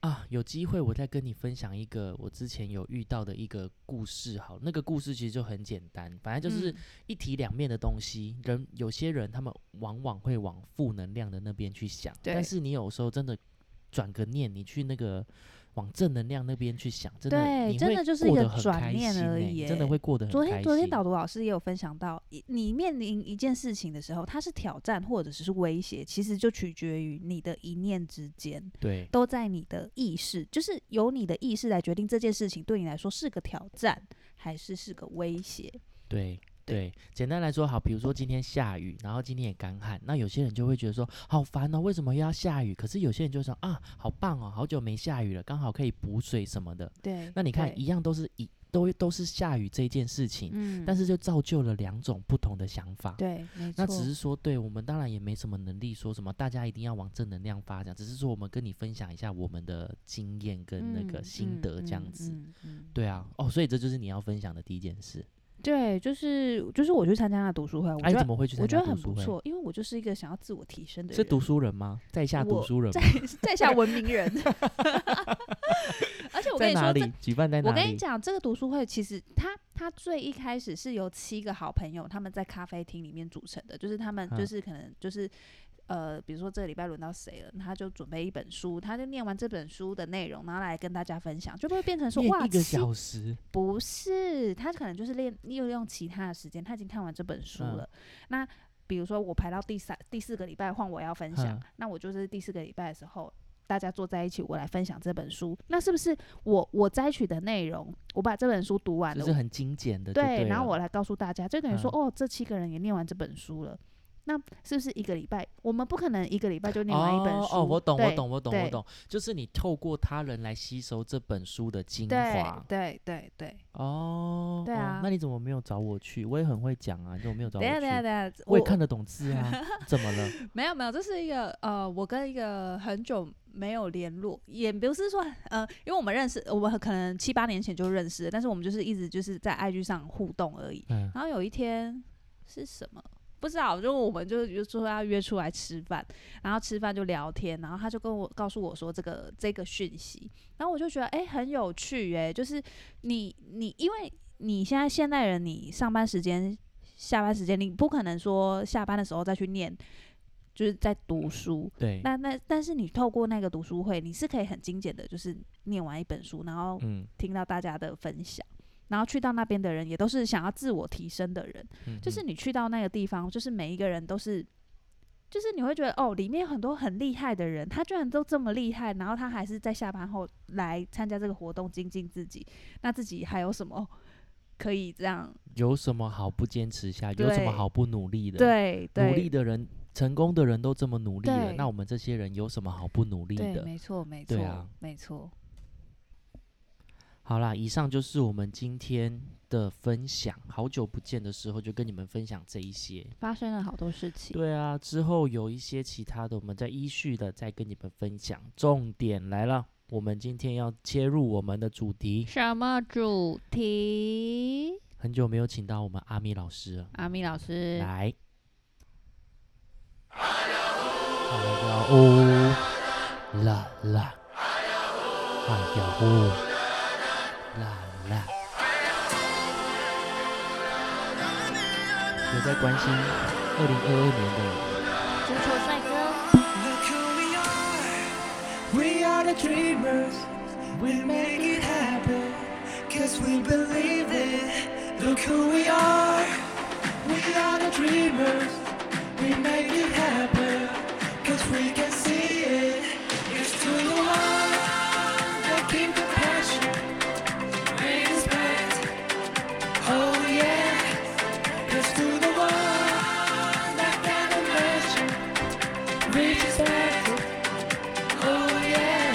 S2: 啊。有机会我再跟你分享一个我之前有遇到的一个故事，好，那个故事其实就很简单，反正就是。
S1: 嗯
S2: 一体两面的东西，人有些人他们往往会往负能量的那边去想，
S1: 对
S2: 但是你有时候真的转个念，你去那个往正能量那边去想，真的
S1: 对
S2: 你
S1: 真
S2: 会
S1: 的就是
S2: 过
S1: 一个
S2: 得很
S1: 转
S2: 开
S1: 念
S2: 心
S1: 而
S2: 欸
S1: 已
S2: 你真的
S1: 欸
S2: 会过得很
S1: 昨
S2: 开
S1: 天昨天
S2: 心
S1: 导读老师也有分享到，一你面临一件事情的时候，它是挑战或者是威胁，其实就取决于你的一念之间，
S2: 对
S1: 都在你的意识，就是由你的意识来决定这件事情对你来说是个挑战还是是个威胁。
S2: 对对，简单来说，好，比如说今天下雨，然后今天也干旱，那有些人就会觉得说好烦哦，为什么又要下雨？可是有些人就想啊，好棒哦，好久没下雨了，刚好可以补水什么的。
S1: 对，
S2: 那你看，
S1: 对
S2: 一样都是一都都是下雨这件事情，
S1: 嗯
S2: 但是就造就了两种不同的想法。
S1: 对，没错，
S2: 那只是说，对我们当然也没什么能力说什么，大家一定要往正能量发展。只是说，我们跟你分享一下我们的经验跟那个
S1: 嗯
S2: 心
S1: 嗯
S2: 得这样
S1: 嗯
S2: 子。
S1: 嗯嗯
S2: 对啊，哦，所以这就是你要分享的第一件事。
S1: 对，就是就是我去参加了读书会，我
S2: 哎、
S1: 觉
S2: 你怎
S1: 得
S2: 么会去
S1: 我觉
S2: 参加
S1: 得
S2: 读
S1: 很
S2: 书
S1: 不
S2: 会？
S1: 错，因为我就是一个想要自我提升的人，
S2: 是读书人吗？在下读
S1: 我
S2: 书人
S1: 在
S2: 吗？
S1: 在下文明人， 而且我跟
S2: 在
S1: 你
S2: 哪
S1: 说，
S2: 里
S1: 这？
S2: 举办在哪
S1: 我
S2: 里？
S1: 跟你讲，这个读书会其实它它最一开始是由七个好朋友他们在咖啡厅里面组成的，就是他们
S2: 嗯
S1: 就是可能就是。呃，比如说这个礼拜轮到谁了，他就准备一本书，他就念完这本书的内容，然后来跟大家分享，就不会变成说
S2: 念
S1: 哇，
S2: 一个
S1: 七
S2: 小时，
S1: 不是，他可能就是练利用其他的时间，他已经看完这本书
S2: 嗯
S1: 了。那比如说我排到第三、第四个礼拜换我要分享，
S2: 嗯
S1: 那我就是第四个礼拜的时候，大家坐在一起，我来分享这本书。那是不是我我摘取的内容，我把这本书读完
S2: 就
S1: 了，
S2: 是很精简的就
S1: 对，然后
S2: 了
S1: 我来告诉大家，就等于说、
S2: 嗯
S1: 哦，这七个人也念完这本书了。那是不是一个礼拜？我们不可能一个礼拜就念完一本
S2: 哦
S1: 书。
S2: 哦，我懂，我
S1: 对
S2: 懂，我懂，我
S1: 对
S2: 懂，就是你透过他人来吸收这本书的精
S1: 对
S2: 华。
S1: 对对对。
S2: 哦，
S1: 对
S2: 哦
S1: 啊
S2: 那你怎么没有找我去？我也很会讲啊，你怎么没有找
S1: 等
S2: 我
S1: 一
S2: 去？
S1: 下等一下等一下，
S2: 我也
S1: 我
S2: 看得懂 字啊，怎么了？
S1: 没有没有，这是一个呃，我跟一个很久没有联络，也不是说呃，因为我们认识，我们可能七八年前就认识了，但是我们就是一直就是在 IG 上互动而已。
S2: 嗯，
S1: 然后有一天是什么不知道，就我们就就说要约出来吃饭，然后吃饭就聊天，然后他就跟我告诉我说这个这个讯息，然后我就觉得诶很有趣诶，就是你你因为你现在现代人，你上班时间、下班时间，你不可能说下班的时候再去念。就是在读书，
S2: 对，
S1: 那那但是你透过那个读书会，你是可以很精简的，就是念完一本书，然后
S2: 嗯，
S1: 听到大家的分享，然后去到那边的人也都是想要自我提升的人，
S2: 嗯
S1: 就是
S2: 嗯
S1: 你去到那个地方，就是每一个人都是，就是你会觉得哦，里面有很多很厉害的人，他居然都这么厉害，然后他还是在下班后来参加这个活动，精进自己，那自己还有什么可以这样？
S2: 有什么好不坚持下去？有什么
S1: 对
S2: 好不努力的？，
S1: 对
S2: 努力
S1: 对
S2: 的人，成功的人都这么努力了，
S1: 对
S2: 那我们这些人有什么好不努力
S1: 对，
S2: 的？
S1: 没错没
S2: 对
S1: 错、
S2: 啊
S1: 没错，
S2: 好啦，以上就是我们今天的分享。好久不见的时候，就跟你们分享这一些。
S1: 发生了好多事情。
S2: 对啊，之后有一些其他的，我们再依序的再跟你们分享。重点来了，我们今天要切入我们的主题。
S1: 什么主题？
S2: 很久没有请到我们阿米老师了，
S1: 阿米老师
S2: 来。哎呀哦，啦啦，哎呀哦，啦啦。有在关心二零二二年的
S1: 足球帅哥，
S3: Look who we are. We are the dreamers. We make it happen. Cause we believe it. Look who we are. We are the dreamers. We make it happen. Cause we can see it. It's to the one that keep the passion. Respect. Oh yeah. It's to the one that got a passion. Respect. Oh yeah.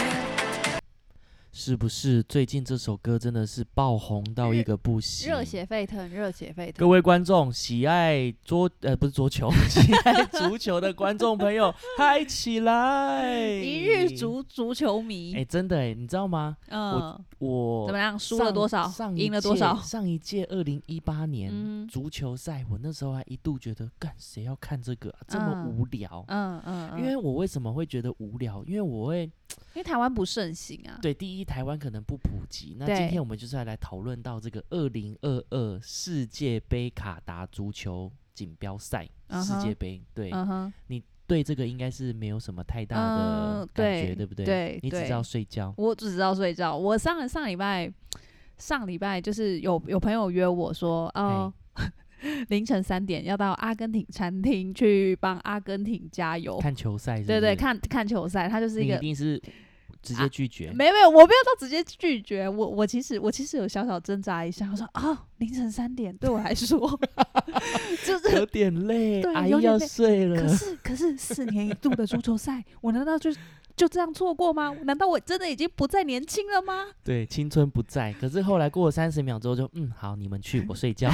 S2: 是不是？最近这首歌真的是爆红到一
S1: 热
S2: 个不行，
S1: 热血沸腾，热血沸腾。
S2: 各位观众，喜爱桌呃不是桌球，喜爱足球的观众朋友，嗨起来！
S1: 一日足足球迷，
S2: 哎、真的哎、你知道吗？
S1: 嗯，
S2: 我
S1: 怎么样？输
S2: 上
S1: 了多少？
S2: 上一
S1: 赢了多
S2: 届
S1: 少？
S2: 上一届二零一八年、
S1: 嗯
S2: 足球赛，我那时候还一度觉得，干谁要看这个、啊、这么
S1: 嗯
S2: 无聊？
S1: 嗯嗯，
S2: 因为我为什么会觉得无聊？因为我会
S1: 因为台湾不盛行啊。
S2: 对，第一，台湾可能不普及。那今
S1: 对
S2: 天我们就是要来讨论到这个二零二二世界杯卡达足球锦标赛、
S1: 嗯
S2: 世界
S1: 哼
S2: 杯。对，
S1: 嗯哼，
S2: 对这个应该是没有什么太大的
S1: 嗯
S2: 感觉，
S1: 对
S2: 不对？
S1: 对
S2: 你只
S1: 对
S2: 知道睡觉。
S1: 我只知道睡觉。我上上礼拜，上礼拜就是有有朋友约我说，哦， 凌晨三点要到阿根廷餐厅去帮阿根廷加油。
S2: 看球赛是不是，
S1: 对对，看看球赛，它就是一
S2: 你
S1: 个
S2: 一定是直接
S1: 啊
S2: 拒绝。
S1: 没有没有，我没有到直接拒绝。我我其实我其实有小小挣扎一下，我说啊，凌晨三点对我来 说就是
S2: 有。点累，
S1: 对
S2: 阿姨
S1: 有点
S2: 要
S1: 累
S2: 睡了
S1: 可。是可是四年一度的足球赛，我难道就就这样错过吗？难道我真的已经不再年轻了吗？
S2: 对，青春不在。可是后来过了三十秒之后就，嗯，好，你们去，我 睡觉。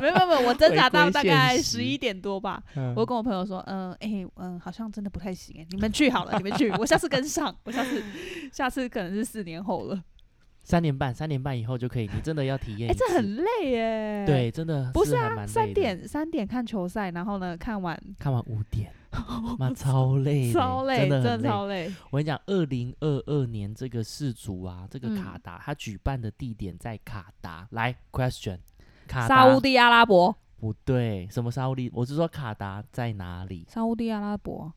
S1: 没有没有没有，我挣扎到
S2: 回归
S1: 大概
S2: 现实
S1: 十一点多吧，
S2: 嗯
S1: 我跟我朋友说，嗯、哎、嗯、好像真的不太行、哎，你们去好了，你们去，我下次跟上，我下次下次可能是四年后了，
S2: 三点半，三点半以后就可以。你真的要体验
S1: 哎、
S2: 一次。
S1: 这很累哎、
S2: 对，真的
S1: 不是
S2: 还蛮
S1: 啊，三
S2: 累的
S1: 点三点看球赛，然后呢看完
S2: 看完五 点，妈超累的，
S1: 超累，
S2: 真
S1: 真
S2: 的
S1: 的
S2: 很累。
S1: 超累。
S2: 我跟你讲，二零二二年这个世足啊，这个
S1: 嗯
S2: 卡达，它举办的地点在卡达。来，question，卡
S1: 沙
S2: 达
S1: 乌地阿拉伯，
S2: 不对，什么沙乌地？我是说卡达在哪里？
S1: 沙乌地阿拉伯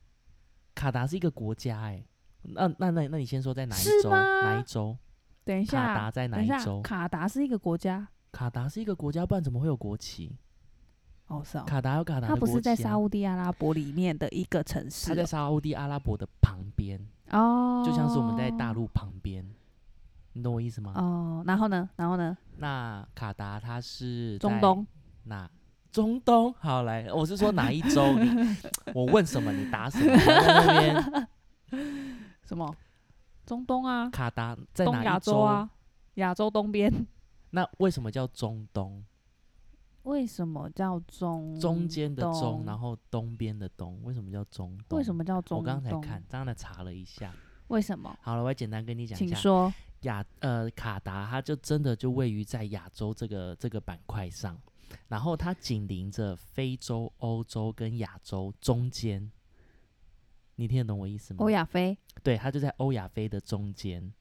S2: 卡达是一个国家、哎，那那那那你先说在哪一
S1: 是
S2: 州？
S1: 吗
S2: 哪一州？
S1: 等一
S2: 卡
S1: 下
S2: 达，在哪
S1: 等一
S2: 一
S1: 下，
S2: 州？
S1: 卡达是一个国家，
S2: 卡达是一个国家，不然怎么会有国旗？
S1: 哦是哦，
S2: 卡达有卡达
S1: 它
S2: 的
S1: 不
S2: 国
S1: 是
S2: 旗、
S1: 在
S2: 啊，
S1: 沙乌地阿拉伯里面的一个城市
S2: 它在沙乌地阿拉伯的旁边，
S1: 哦，
S2: 就像是我们在大陆旁边，你懂我意思吗？
S1: 哦，然后呢，然后呢，
S2: 那卡达它是
S1: 中
S2: 在
S1: 东
S2: 哪？中东好来，我是说哪一 州？你我问什么你答什么？还在那边
S1: 什么？中东啊，
S2: 卡达在
S1: 东
S2: 哪
S1: 亚
S2: 一
S1: 洲啊，亚洲东边。
S2: 那为什么叫中东？
S1: 为什么叫中
S2: 中间的中，
S1: 嗯东
S2: 然后东边的东，为什么叫中东？
S1: 为什？么叫中东？
S2: 我刚才看，刚才查了一下。
S1: 为什么？
S2: 好了，我要简单跟你讲一
S1: 请
S2: 下。
S1: 说。
S2: 亚呃卡达，它就真的就位于在亚洲这个这个板块上，然后它紧邻着非洲、欧洲跟亚洲中间。你听得懂我意思吗？
S1: 欧亚非，
S2: 对，它就在欧亚非的中间。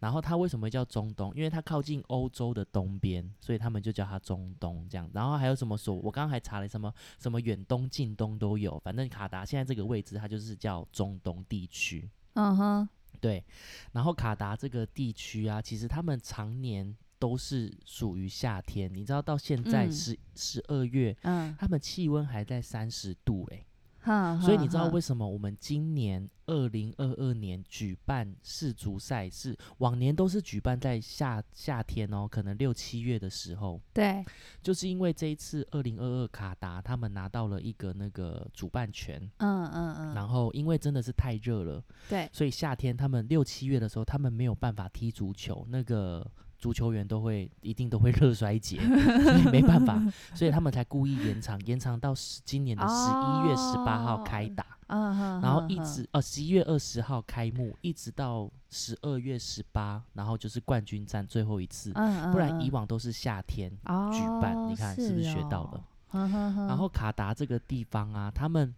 S2: 然后它为什么会叫中东？因为它靠近欧洲的东边，所以他们就叫它中东这样。然后还有什么所？我刚刚还查了什么什么远东、近东都有，反正卡达现在这个位置，它就是叫中东地区。
S1: 嗯哼，
S2: 对，然后卡达这个地区啊，其实他们常年都是属于夏天，你知道到现在
S1: 嗯
S2: 十十二月，
S1: 嗯，
S2: 他们气温还在三十度诶、
S1: 哼
S2: 所以你知道
S1: 嗯哼
S2: 为什么我们今年二零二二年举办世足赛事，往年都是举办在夏夏天哦，可能六七月的时候，
S1: 对，
S2: 就是因为这一次二零二二卡达他们拿到了一个那个主办权，
S1: 嗯嗯嗯，
S2: 然后因为真的是太热了。
S1: 对，
S2: 所以夏天他们六七月的时候，他们没有办法踢足球，那个足球员都会一定都会热衰竭，所以没办 法，所以他们才故意延长，延长到十今年的十一月十八号开打，
S1: 嗯哼，
S2: 然后
S1: 哼
S2: 一
S1: 哼
S2: 直呃十一月二十号开幕，一直到十二月十八，然后就是冠军战最后一次，
S1: 嗯，
S2: 不然以
S1: 往
S2: 往都是夏天。举办你看是不是学到了？
S1: 嗯哼哼，
S2: 然后卡达这个地方啊，他们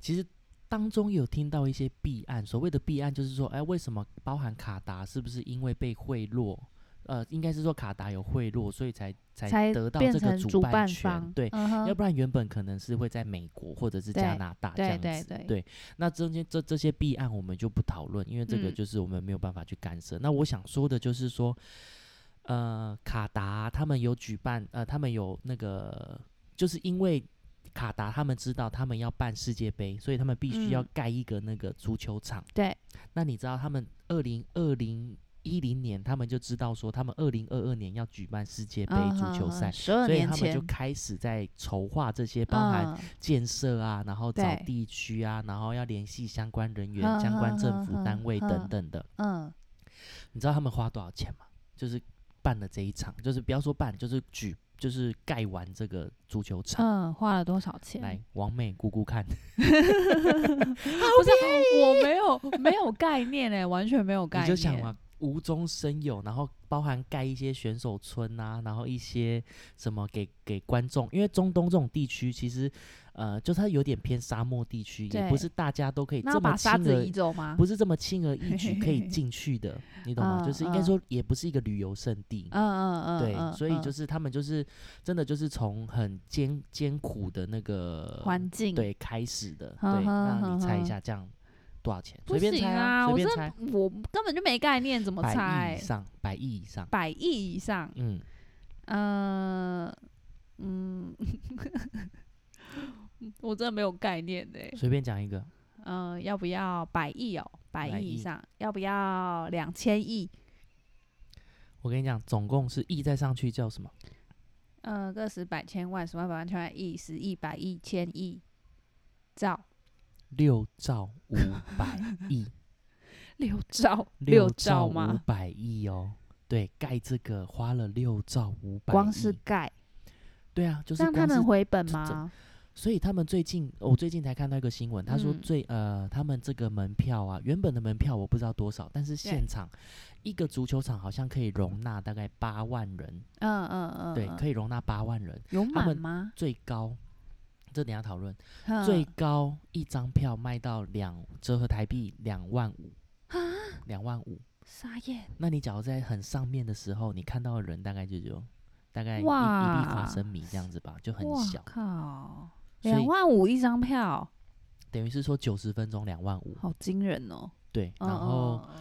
S2: 其实当中有听到一些弊案，所谓的弊案就是说，哎，为什么包含卡达是不是因为被贿赂？呃，应该是说卡达有贿赂，所以才才
S1: 才
S2: 得到
S1: 变
S2: 这个
S1: 成
S2: 主
S1: 办
S2: 权
S1: 方，，
S2: 对。
S1: 嗯哼
S2: 要不然原本可能是会在美国或者是加
S1: 对
S2: 拿大这
S1: 对
S2: 样子，
S1: 对对
S2: 那中间这这些弊案我们就不讨论，因为这个
S1: 嗯
S2: 就是我们没有办法去干涉。那我想说的就是说，呃，卡达他们有举办，呃，他们有那个，就是因为卡达他们知道他们要办世界杯，所以他们必须要
S1: 嗯
S2: 盖一个那个足球场。
S1: 对，
S2: 那你知道他们二零二零一零年他们就知道说他们二零二二年要举办世界
S1: 嗯
S2: 杯足球赛。
S1: 十二
S2: 所以
S1: 年
S2: 他们
S1: 前
S2: 就开始在筹划这些，包含
S1: 嗯
S2: 建设啊，然后找
S1: 对嗯
S2: 地区啊，然后要联系相关人员、
S1: 哼
S2: 相关
S1: 哼
S2: 政府
S1: 哼
S2: 单位
S1: 哼
S2: 等等的。
S1: 嗯
S2: 你知道他们花多少钱吗？就是办了这一场，就是不要说办，就是举，就是盖完这个足球场。
S1: 嗯，花了多少钱？
S2: 来，王美姑姑看，
S1: 不是，啊我没有没有概念哎，完全没有概
S2: 你
S1: 念。
S2: 就想嘛，无中生有，然后包含盖一些选手村啊，然后一些什么给给观众，因为中东这种地区其实，呃，就它有点偏沙漠地区，也不
S1: 对
S2: 是大家都可以
S4: 那要
S2: 这
S4: 把
S2: 么
S4: 沙
S2: 轻
S4: 子移
S2: 而。
S4: 走吗？
S2: 不是这么轻而易举 可以进去的，你懂吗？
S1: 嗯
S2: 就是应该
S1: 嗯
S2: 说也不是一个旅游胜地，
S1: 嗯嗯嗯，
S2: 对，
S1: 嗯
S2: 所以就
S1: 嗯
S2: 是他们就是真的就是从很艰艰苦的那个
S1: 环境，
S2: 对开始的，
S1: 哼
S2: 对，
S1: 哼
S2: 那
S1: 哼
S2: 你猜一
S1: 哼
S2: 下这样多少钱？
S1: 不
S2: 随便
S1: 行
S2: 猜
S1: 啊！
S2: 随
S1: 我
S2: 便
S1: 真
S2: 猜
S1: 的，我根本就没概念，怎么
S2: 百亿
S1: 猜
S2: 以？上，百亿以上，
S1: 百亿以上，
S2: 嗯，
S1: 呃，嗯， 我真的没有概念哎、
S2: 随便讲一个，
S1: 嗯、要不要百亿哦？百
S2: 百
S1: 亿以
S2: 亿
S1: 上，要不要两千亿？
S2: 我跟你讲，总共是亿再上去叫什么？
S1: 呃，个十百千万十万百万千万亿十亿百亿千亿兆
S2: 六兆五百亿，
S1: 六兆
S2: 兆五
S1: 吗？
S2: 百亿哦。对，盖这个花了六兆五百亿，
S1: 光是盖，
S2: 对啊，就是
S1: 这样他
S2: 光是
S1: 能回本
S2: 这这
S1: 吗？
S2: 所以他们最近，我最近才看到一个新闻，他说
S1: 嗯
S2: 最、呃，他们这个门票啊，原本的门票我不知道多少，但是现场一个足球场好像可以容纳大概八万人，
S1: 嗯嗯嗯，
S2: 对，
S1: 嗯
S2: 可以容纳八万人，
S1: 有
S2: 他
S1: 满
S2: 们
S1: 吗？
S2: 最高，这等一下讨论，
S1: 嗯
S2: 最高一张票卖到两折合台币两万五，
S1: 啊
S2: 两万五。
S1: 傻眼，
S2: 那你假如在很上面的时候，你看到的人大概就有大概一一粒
S1: 哇
S2: 花生米这样子吧，就很
S1: 哇
S2: 小，
S1: 靠，
S2: 所
S1: 两
S2: 以
S1: 万五一张票，
S2: 等于是说九十分钟两万五，
S1: 好惊人哦！
S2: 对，
S1: 嗯
S2: 然后。
S1: 嗯嗯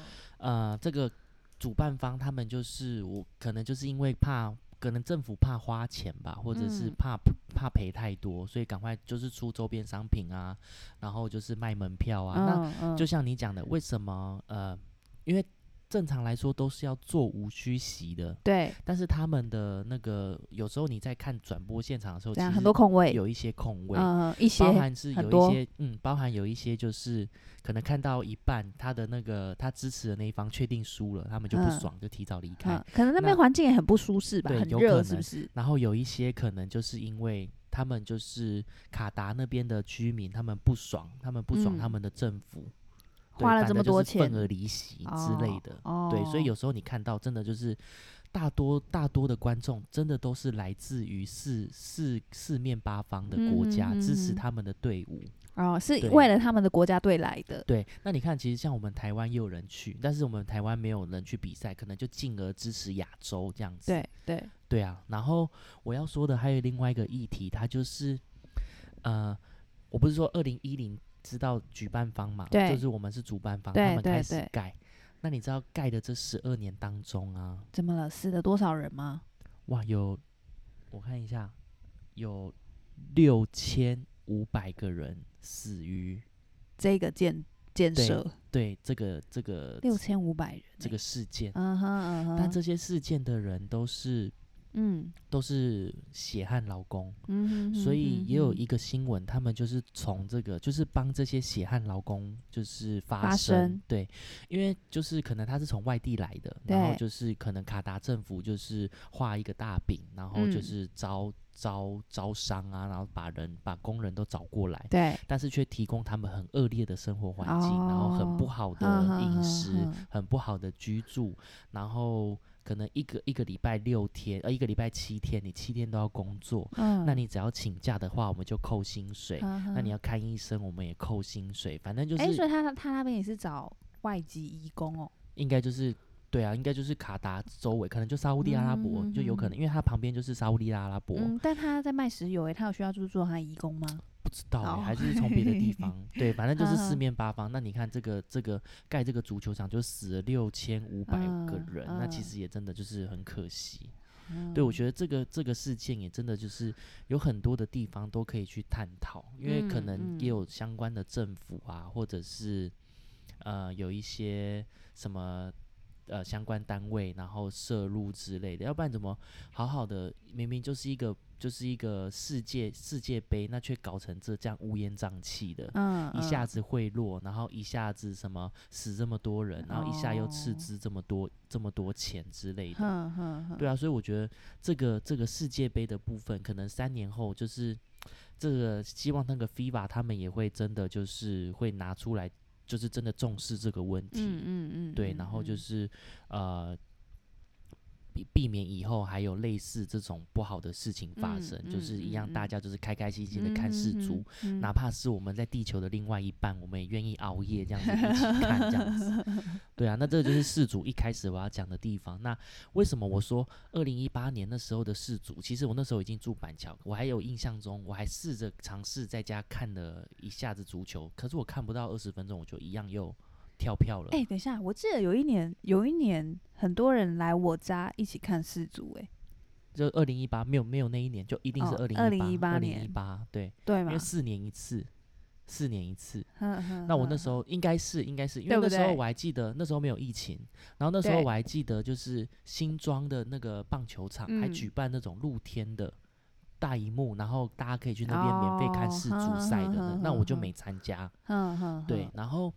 S2: 呃，这个主办方他们就是我，可能就是因为怕，可能政府怕花钱吧，或者是
S1: 嗯
S2: 怕、怕赔太多，所以赶快就是出周边商品啊，然后就是卖门票啊。
S1: 嗯嗯
S2: 那就像你讲的，为什么呃，因为正常来说都是要座无虚席的，
S1: 对，
S2: 但是他们的那个有时候你在看转播现场的时候，
S1: 这
S2: 其
S1: 样
S2: 实
S1: 啊很多空位，
S2: 有一些空位，
S1: 嗯，一些
S2: 包含是
S1: 很
S2: 有
S1: 多
S2: 一些，嗯，包含有一些就是可能看到一半，他的那个他支持的那一方确定输了，他们就不
S1: 嗯
S2: 爽，就提早离开。
S1: 嗯，可能那边
S2: 哎那
S1: 环境也很不舒适吧，
S2: 对
S1: 很
S2: 有
S1: 热
S2: 可
S1: 是不
S2: 能
S1: 是？
S2: 然后有一些可能就是因为他们就是卡达那边的居民，他们不爽，他们不爽他
S1: 嗯
S2: 们的政府，对
S1: 花了
S2: 反
S1: 这么
S2: 正就
S1: 多
S2: 是愤
S1: 钱
S2: 而离席之类
S1: 哦
S2: 的。对，所以有时候你看到真的就是大多大多的观众，真的都是来自于四四四面八方的国家、支
S1: 嗯哼嗯
S2: 持
S1: 哼
S2: 他们的队伍。
S1: 哦，是
S2: 对
S1: 为了他们的国家队来的，
S2: 对，那你看，其实像我们台湾也有人去，但是我们台湾没有人去比赛，可能就进而支持亚洲这样子。
S1: 对对，
S2: 对啊，然后我要说的还有另外一个议题，它就是，呃，我不是说二零一零知道举办方嘛，
S1: 对
S2: 就是我们是主办方，
S1: 对
S2: 他们
S1: 对
S2: 开始
S1: 对
S2: 盖。那你知道盖的这十二年当中啊，
S1: 怎么了？死了多少人吗？
S2: 哇，有我看一下，有六千五百个人死于
S1: 这个建建
S2: 对
S1: 设
S2: 对这个这个
S1: 六千五百人，
S2: 这个，事件。
S1: 嗯哼嗯哼，
S2: 但这些事件的人都是
S1: 嗯
S2: 都是血汗劳工，
S1: 嗯哼哼
S2: 所以
S1: 哼
S2: 也有
S1: 哼
S2: 一个新闻，他们就是从这个，就是帮这些血汗劳工就是发
S1: 发声
S2: 对，因为就是可能他是从外地来的，然后
S1: 对
S2: 就是可能卡达政府就是画一个大饼，然后就
S1: 嗯
S2: 是招、招招商啊，然后把人把工人都找过来。
S1: 对
S2: 但是却提供他们很恶劣的生活环境，然后很不
S1: 哦
S2: 好的
S1: 哼哼
S2: 饮
S1: 哼
S2: 食，
S1: 哼
S2: 很不好的居住，然后可能一个一个礼拜六天，呃，一个礼拜七天，你七天都要工作，
S1: 嗯，
S2: 那你只要请假的话，我们就扣薪水。
S1: 嗯
S2: 那你
S1: 哼
S2: 要看医生，我们也扣薪水，反正就
S1: 哎，所以
S2: 是
S1: 他他那边也是找外籍义工哦，
S2: 应该就是对啊，应该就是卡达周围，可能就沙乌地阿拉伯
S1: 嗯
S2: 就有可能，因为它旁边就是沙乌地阿拉伯，
S1: 嗯，但他在卖石油诶，欸他有需要就是做他的义工吗？
S2: 不知道欸，
S1: 好
S2: 还是从别的地方， 对，反正就是
S1: 哦嗯
S2: 四
S1: 哼
S2: 面八方。那你看这个这个盖这个足球场就死了六千五百个
S1: 嗯
S2: 人，那其
S1: 嗯
S2: 实也真的就是很可惜。对，
S1: 得
S2: 我觉得这个这个事件也真的就是有很多的地方都可以去探讨，因为可
S1: 嗯
S2: 能
S1: 嗯
S2: 也有相关的政府啊，或者是呃有一些什么呃相关单位，然后涉入之类的，要不然怎么好好的明明就是一个就是一个世界世界杯，那却搞成这这样乌烟瘴气的，
S1: 嗯，
S2: 一下
S1: 嗯
S2: 子贿赂，然后一下子什么死这么多人，然后一下又斥
S1: 哦
S2: 资这么多、这么多钱之类的。
S1: 哼哼哼，
S2: 对啊，所以我觉得这个这个世界杯的部分，可能三年后就是这个，希望那个 FIBA 他们也会真的就是会拿出来，就是真的重视这个问题。
S1: 嗯嗯嗯，
S2: 对，
S1: 嗯
S2: 然后就
S1: 嗯
S2: 是呃，避避免以后还有类似这种不好的事情发
S1: 嗯
S2: 生，就是一样，
S1: 嗯嗯
S2: 大
S1: 嗯
S2: 家就是开开心心的看世足。
S1: 嗯
S2: 哪怕是我们在地球的另外一半，我们也愿意熬夜这样子一起看这样 子。对啊，那这个就是世足一开始我要讲的地方。那为什么我说二零一八年那时候的世足？其实我那时候已经住板桥，我还有印象中，我还试着尝试在家看了一下子足球，可是我看不到二十分钟，我就一样又跳票了。
S1: 哎、等一下，我记得有一年，有一年很多人来我家一起看世足、哎，
S2: 就二零一八没有没有那一年，就一定是
S1: 哦
S2: 二零
S1: 2018
S2: 二零一
S1: 年
S2: 八对，
S1: 对
S2: 因
S1: 吗
S2: 为？四年一次，四年一次。
S1: 哼哼
S2: 那我那
S1: 哼
S2: 时候应该是应该是，因为
S1: 嗯对不
S2: 那时候
S1: 对
S2: 我还记得那时候没有疫情，然后那时候
S1: 对
S2: 我还记得就是新庄的那个棒球场还
S1: 嗯
S2: 举办那种露天的大荧幕，然后大家可以去那边免费看世足赛的那，
S1: 哦
S2: 那我就
S1: 哼哼哼嗯
S2: 没参加。
S1: 哼哼，
S2: 对
S1: 哼，，
S2: 然后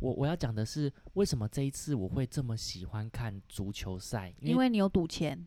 S2: 我我要讲的是为什么这一次我会这么喜欢看足球赛，
S1: 因
S2: 为
S1: 为你有赌钱，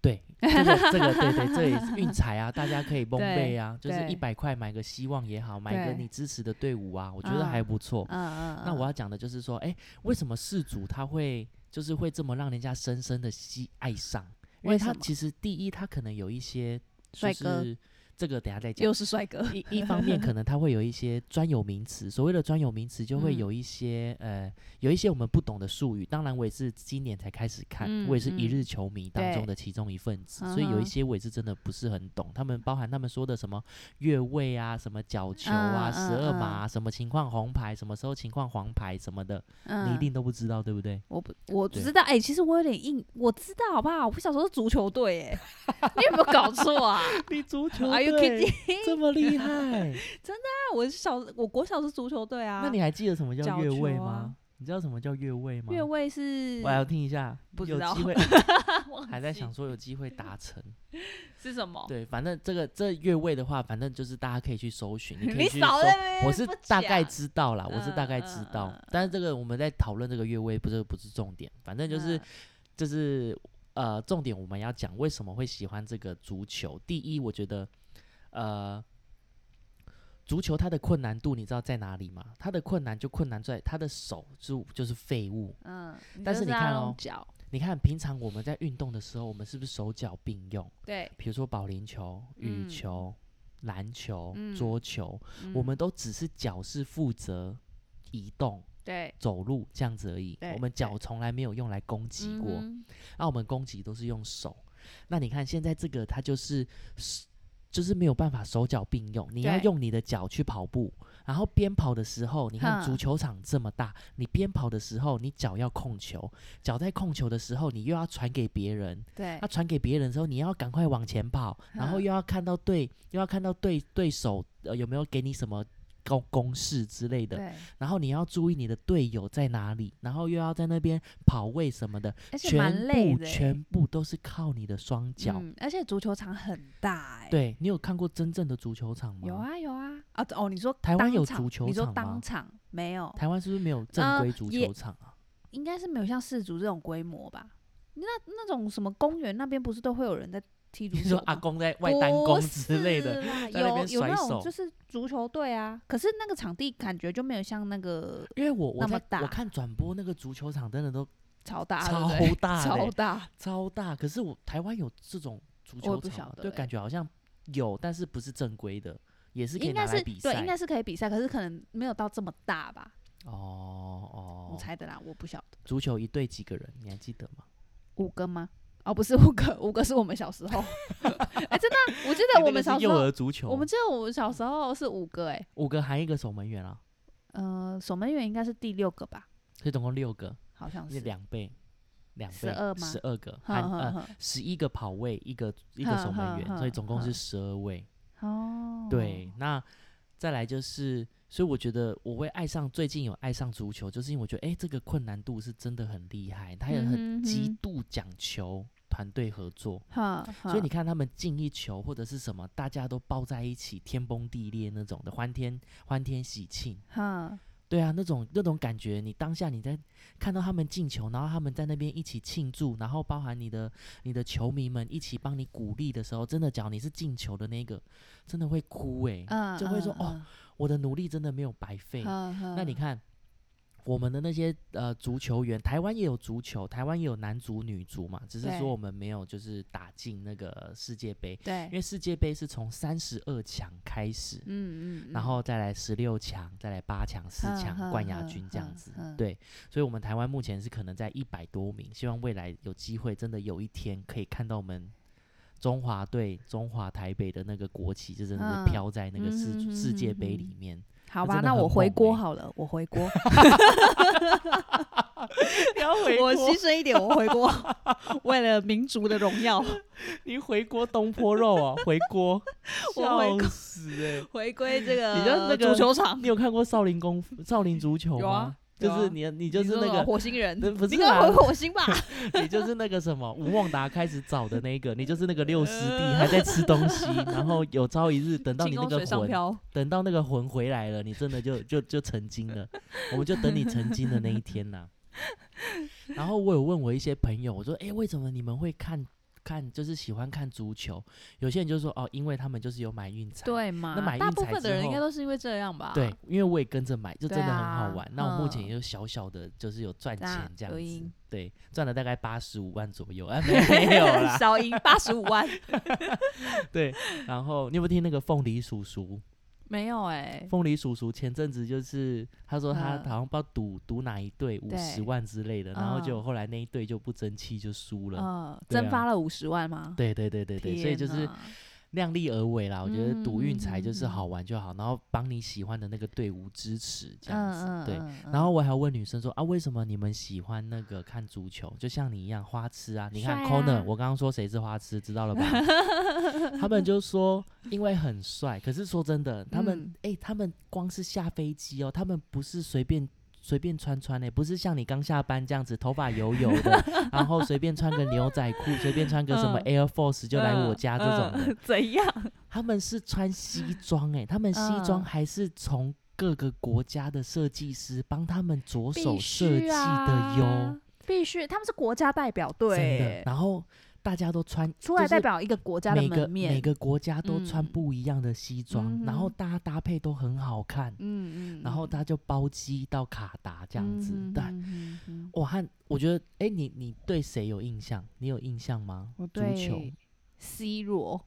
S2: 对这个这个对对，这也是运彩啊，大家可 以蒙
S1: 对
S2: 贝啊，就是
S1: 对
S2: 一百块买个希望也好，买个
S1: 对
S2: 你支持的队伍啊，我觉得
S1: 啊
S2: 还不错。
S1: 嗯嗯，
S2: 那我
S1: 嗯
S2: 要讲的就是说，哎、为什么氏族他会就是会这么让人家深深的吸爱上？因为
S1: 为
S2: 他
S1: 什么
S2: 其实第一，他可能有一些就
S1: 帅哥
S2: 是这个等一下再讲
S5: 又。是帅哥，
S2: 一一方面，可能他会有一些专有名词，所谓的专有名词就会
S1: 嗯
S2: 有一些、呃，有一些我们不懂的术语。当然，我也是今年才开始看，
S1: 嗯
S2: 我也是一
S1: 嗯
S2: 日球迷当中
S1: 对
S2: 的其中一份子，所以有
S1: 嗯
S2: 一
S1: 哼
S2: 些我也是真的不是很懂。他们包含他们说的什么越位啊、什么角球啊、
S1: 嗯
S2: 十二
S1: 嗯
S2: 码啊、什么情况红牌、什么时候情况黄牌什么的，你一
S1: 嗯
S2: 定都不知道，对不对？
S1: 我不我
S2: 对
S1: 知道，哎、其实我有点硬，我知道好不好？我小时候是足球队，哎，
S5: 你有没有搞错啊？
S2: 你足球
S1: Are you
S2: 队
S1: kidding？
S2: 这么厉害，
S1: 那我是小我国小是足球队 啊，
S2: 那你还记得什么叫
S1: 角
S2: 越
S1: 球
S2: 位
S1: 啊
S2: 吗？你知道什么叫越位吗？
S1: 越位是
S2: 我还要听一下，
S1: 不知
S2: 有
S1: 道
S2: 机会
S1: 忘
S2: 还在
S1: 记
S2: 想说有机会达成。
S5: 是什么？
S2: 对，反正这个这越位的话，反正就是大家可以去搜寻，你可以去搜
S1: 少。在那边
S2: 我是
S1: 不
S2: 大概
S1: 讲
S2: 知道啦，我是大概
S1: 嗯
S2: 知
S1: 嗯
S2: 道
S1: 嗯，
S2: 但是这个我们在讨论这个越位，不是不是重点，反正就是
S1: 嗯
S2: 就是呃，重点我们要讲为什么会喜欢这个足球。第一，我觉得呃，足球它的困难度你知道在哪里吗？它的困难就困难在它的手就就是废物。
S1: 嗯，
S2: 但
S1: 就是
S2: 你
S1: 要
S2: 看
S1: 用
S2: 哦
S1: 脚
S2: 你看平常我们在运动的时候，我们是不是手脚并用？
S1: 对，
S2: 比如说保龄球、羽
S1: 嗯
S2: 球、篮球、
S1: 嗯
S2: 桌球，我
S1: 嗯
S2: 们都只是脚是负责移动、
S1: 对
S2: 走路这样子而已。我
S1: 对
S2: 们
S1: 对
S2: 脚从来没有用来攻击过，
S1: 嗯
S2: 那、我们攻击都是用手。那你看现在这个，它就是就是没有办法手脚并用，你要
S1: 对
S2: 用你的脚去跑步，然后边跑的时候，你看
S1: 哼
S2: 足球场这么大，你边跑的时候，你脚要控球，脚在控球的时候，你又要传给别人，
S1: 哼对
S2: 他传给别人的时候，你要赶快往前跑，然后
S1: 嗯
S2: 又要看到对，又要看到对对手呃有没有给你什么公公式之类的，
S1: 对，
S2: 然后你要注意你的队友在哪里，然后又要在那边跑位什么的，
S1: 而且蛮
S2: 全
S1: 累
S2: 部
S1: 的欸，
S2: 全部都是靠你的双脚。
S1: 嗯，而且足球场很大哎、
S2: 对你有看过真正的足球场吗？
S1: 有。啊有啊啊哦，你说
S2: 台湾
S1: 当
S2: 有
S1: 场
S2: 足球
S1: 你说
S2: 场吗
S1: 当场没有，
S2: 台湾是不是没有正
S1: 呃
S2: 规足
S1: 也
S2: 球场啊？
S1: 应该是没有像世足这种规模吧？那那种什么公园那边不是都会有人在踢足
S2: 你
S1: 球？
S2: 说阿公在外单攻之类的，
S1: 的
S2: 在那
S1: 有
S2: 边
S1: 有
S2: 甩
S1: 那
S2: 手
S1: 种就是足球队啊，可是那个场地感觉就没有像那个
S2: 因为我我
S1: 那么
S2: 在我
S1: 大
S2: 看转播那个足球场真的都
S1: 超大，
S2: 超
S1: 对不对
S2: 大的欸
S1: 超大，
S2: 超大，可是我台湾有这种足
S1: 我
S2: 球
S1: 也不
S2: 场
S1: 晓
S2: 吗？
S1: 得
S2: 对，
S1: 欸
S2: 感觉好像有，但是不是正规的，也是可以
S1: 应
S2: 拿
S1: 该
S2: 来
S1: 是
S2: 比
S1: 对，
S2: 赛
S1: 应。该是可以比赛，可是可能没有到这么大吧？
S2: 哦
S1: 我
S2: 哦，
S1: 猜的啦，我不晓得
S2: 足球一队几个人？你还记得吗？
S1: 五个吗？哦，不是五个，五个是我们小 时候。哎、真的啊，我记得我
S2: 欸那
S1: 们
S2: 个是
S1: 小时
S2: 幼
S1: 候
S2: 儿，足球，
S1: 我们记得我们小时候是五个、哎，
S2: 五个含一个守门员啊，
S1: 呃，守门员应该是第六个吧，
S2: 所以总共六个，
S1: 好像
S2: 是
S1: 是。
S2: 两倍，两倍，
S1: 12吗
S2: 十二个
S1: 哼
S2: 含
S1: 哼
S2: 呃
S1: 哼
S2: 十一个跑位，一个一个守门
S1: 哼
S2: 员，
S1: 哼
S2: 所以总共是
S1: 哼
S2: 十二位。
S1: 哦，
S2: 对，，那再来就是，所以我觉得我会爱上最近有爱上足球，就是因为我觉得哎、诶这个困难度是真的很厉害，它也很
S1: 嗯哼
S2: 极
S1: 哼
S2: 度讲求团队合作，
S1: 哈，
S2: 所以你看他们进一球或者是什么，大家都抱在一起，天崩地裂那种的，欢天欢天喜庆。
S1: 哈，
S2: 对啊，那种那种感觉，你当下你在看到他们进球，然后他们在那边一起庆祝，然后包含你的你的球迷们一起帮你鼓励的时候，真的，假如你是进球的那个，真的会哭诶、
S1: 嗯，
S2: 就会说哦
S1: 嗯，
S2: 我的努力真的没有白费。
S1: 嗯
S2: 那你，看我们的那些呃足球员，台湾也有足球，台湾也有男足、女足嘛，只是
S1: 对
S2: 说我们没有就是打进那个世界杯，
S1: 对
S2: 因，为世界杯是从三十二强开始，
S1: 嗯嗯，嗯
S2: 然后再来十六强，再来八强、四
S1: 哼
S2: 强
S1: 哼
S2: 冠亚
S1: 哼
S2: 军这样
S1: 哼
S2: 子
S1: 哼。
S2: 对，所以我们台湾目前是可能在一百多名，希望未来有机会，真的有一天可以看到我们中华队、中华台北的那个国旗，就真的
S1: 嗯
S2: 是飘在那个世、
S1: 嗯哼
S2: 世界
S1: 哼哼
S2: 杯里面。
S1: 好
S2: 那
S1: 吧，
S2: 真的
S1: 那
S2: 很
S1: 我回
S2: 猛
S1: 锅
S2: 欸
S1: 好了，我回锅，
S2: 不要回
S1: 我牺牲一点，我回锅， 为了民族的荣耀，，
S2: 你回锅东坡肉啊，回锅
S1: 我回锅
S2: 笑死哎、
S1: 回归这个
S2: 你就那
S1: 足
S2: 个
S1: 球场
S2: 你，有看过少林功夫、少林足球吗？
S1: 有啊有
S2: 就是
S1: 啊
S2: 你，你 就
S1: 你
S2: 是
S1: 说
S2: 那
S1: 什么
S2: 个
S1: 火星人，
S2: 那不
S1: 你
S2: 是
S1: 跟
S2: 啦
S1: 我回火星 吧？
S2: 你就是那个什么吴孟达开始找的那个，你就是那个六师弟还在吃东西，然后有朝一日等到你
S1: 呃轻
S2: 那
S1: 功
S2: 个
S1: 水上
S2: 魂，
S1: 漂，
S2: 等到那个魂回来了，你真的就就就成精 了，我们就等你成精的那一天呐、然后我有问我一些朋友，我说：“诶，为什么你们会看看就是喜欢看足球？”有些人就说：“哦，因为他们就是有买运彩。”
S6: 对啊嘛
S2: 那买
S1: 大
S2: 运
S1: 部
S2: 彩
S1: 分的
S2: 之
S1: 人应该
S2: 后
S1: 都是因为这样吧？
S2: 对，因为我也跟着买，就
S1: 对
S2: 真的很好
S1: 啊
S2: 玩。那我目前
S1: 嗯，
S2: 也就小小的，就是有赚
S6: 那
S2: 钱这样
S6: 有
S2: 子
S6: 赢，
S2: 对，赚了大概八十五万左右啊，没有 啦
S1: 小赢八十五 万，
S2: 对。然后你有没有听那个凤梨叔叔？
S6: 没有哎、
S2: 凤梨叔叔前阵子就是他说他
S6: 嗯
S2: 好像不知道赌赌哪一队五十
S6: 对
S2: 万之类的，然后
S6: 嗯
S2: 就后来那一队就不争气就输了。
S1: 呃
S6: 嗯，
S2: 对
S6: 蒸
S2: 啊
S6: 发了五十万吗？
S2: 对对对对对，所以就是
S6: 天哪
S2: 量力而为啦。我觉得赌运财就是
S6: 嗯嗯嗯嗯
S2: 好玩就好，然后帮你喜欢的那个队伍支持这样子，对。
S6: 嗯嗯
S2: 然后我还问女生说啊，为什么你们喜欢那个看足球？就像你一样花痴啊！你看
S6: 帅啊
S2: Corner，、我刚刚说谁是花痴，知道了吧？他们就说因为很帅。可是说真的，他们
S6: 嗯
S2: 哎、他们光是下飞机哦，他们不是随便。随便穿穿诶、不是像你刚下班这样子，头发油油 的，然后随便穿个牛仔裤，随便穿个什
S6: 嗯
S2: 么 Air Force 就来我家这种的。
S1: 嗯怎样？
S2: 他们是穿西 装哎、他们西装
S6: 嗯
S2: 还是从各个国家的设计师帮他们着手
S6: 必
S2: 设计
S6: 须
S2: 的哟，
S6: 啊，必须，他们是国家代表
S2: 真的。
S6: 队，
S2: 然后大家都穿，
S6: 出来
S2: 就是
S6: 代表一个国家的
S2: 每个
S6: 门面，
S2: 每个国家都穿
S6: 嗯
S2: 不一样的西装，然后
S6: 嗯哼
S2: 大家搭配都很好看，
S6: 嗯嗯，
S2: 然后
S6: 嗯
S2: 他就包机到卡达这样子。
S6: 嗯
S2: 对，
S6: 嗯嗯嗯嗯
S2: 我和我觉得，哎、你你对谁有印象？你有印象吗？
S6: 我
S2: 足球
S6: 对 C 罗，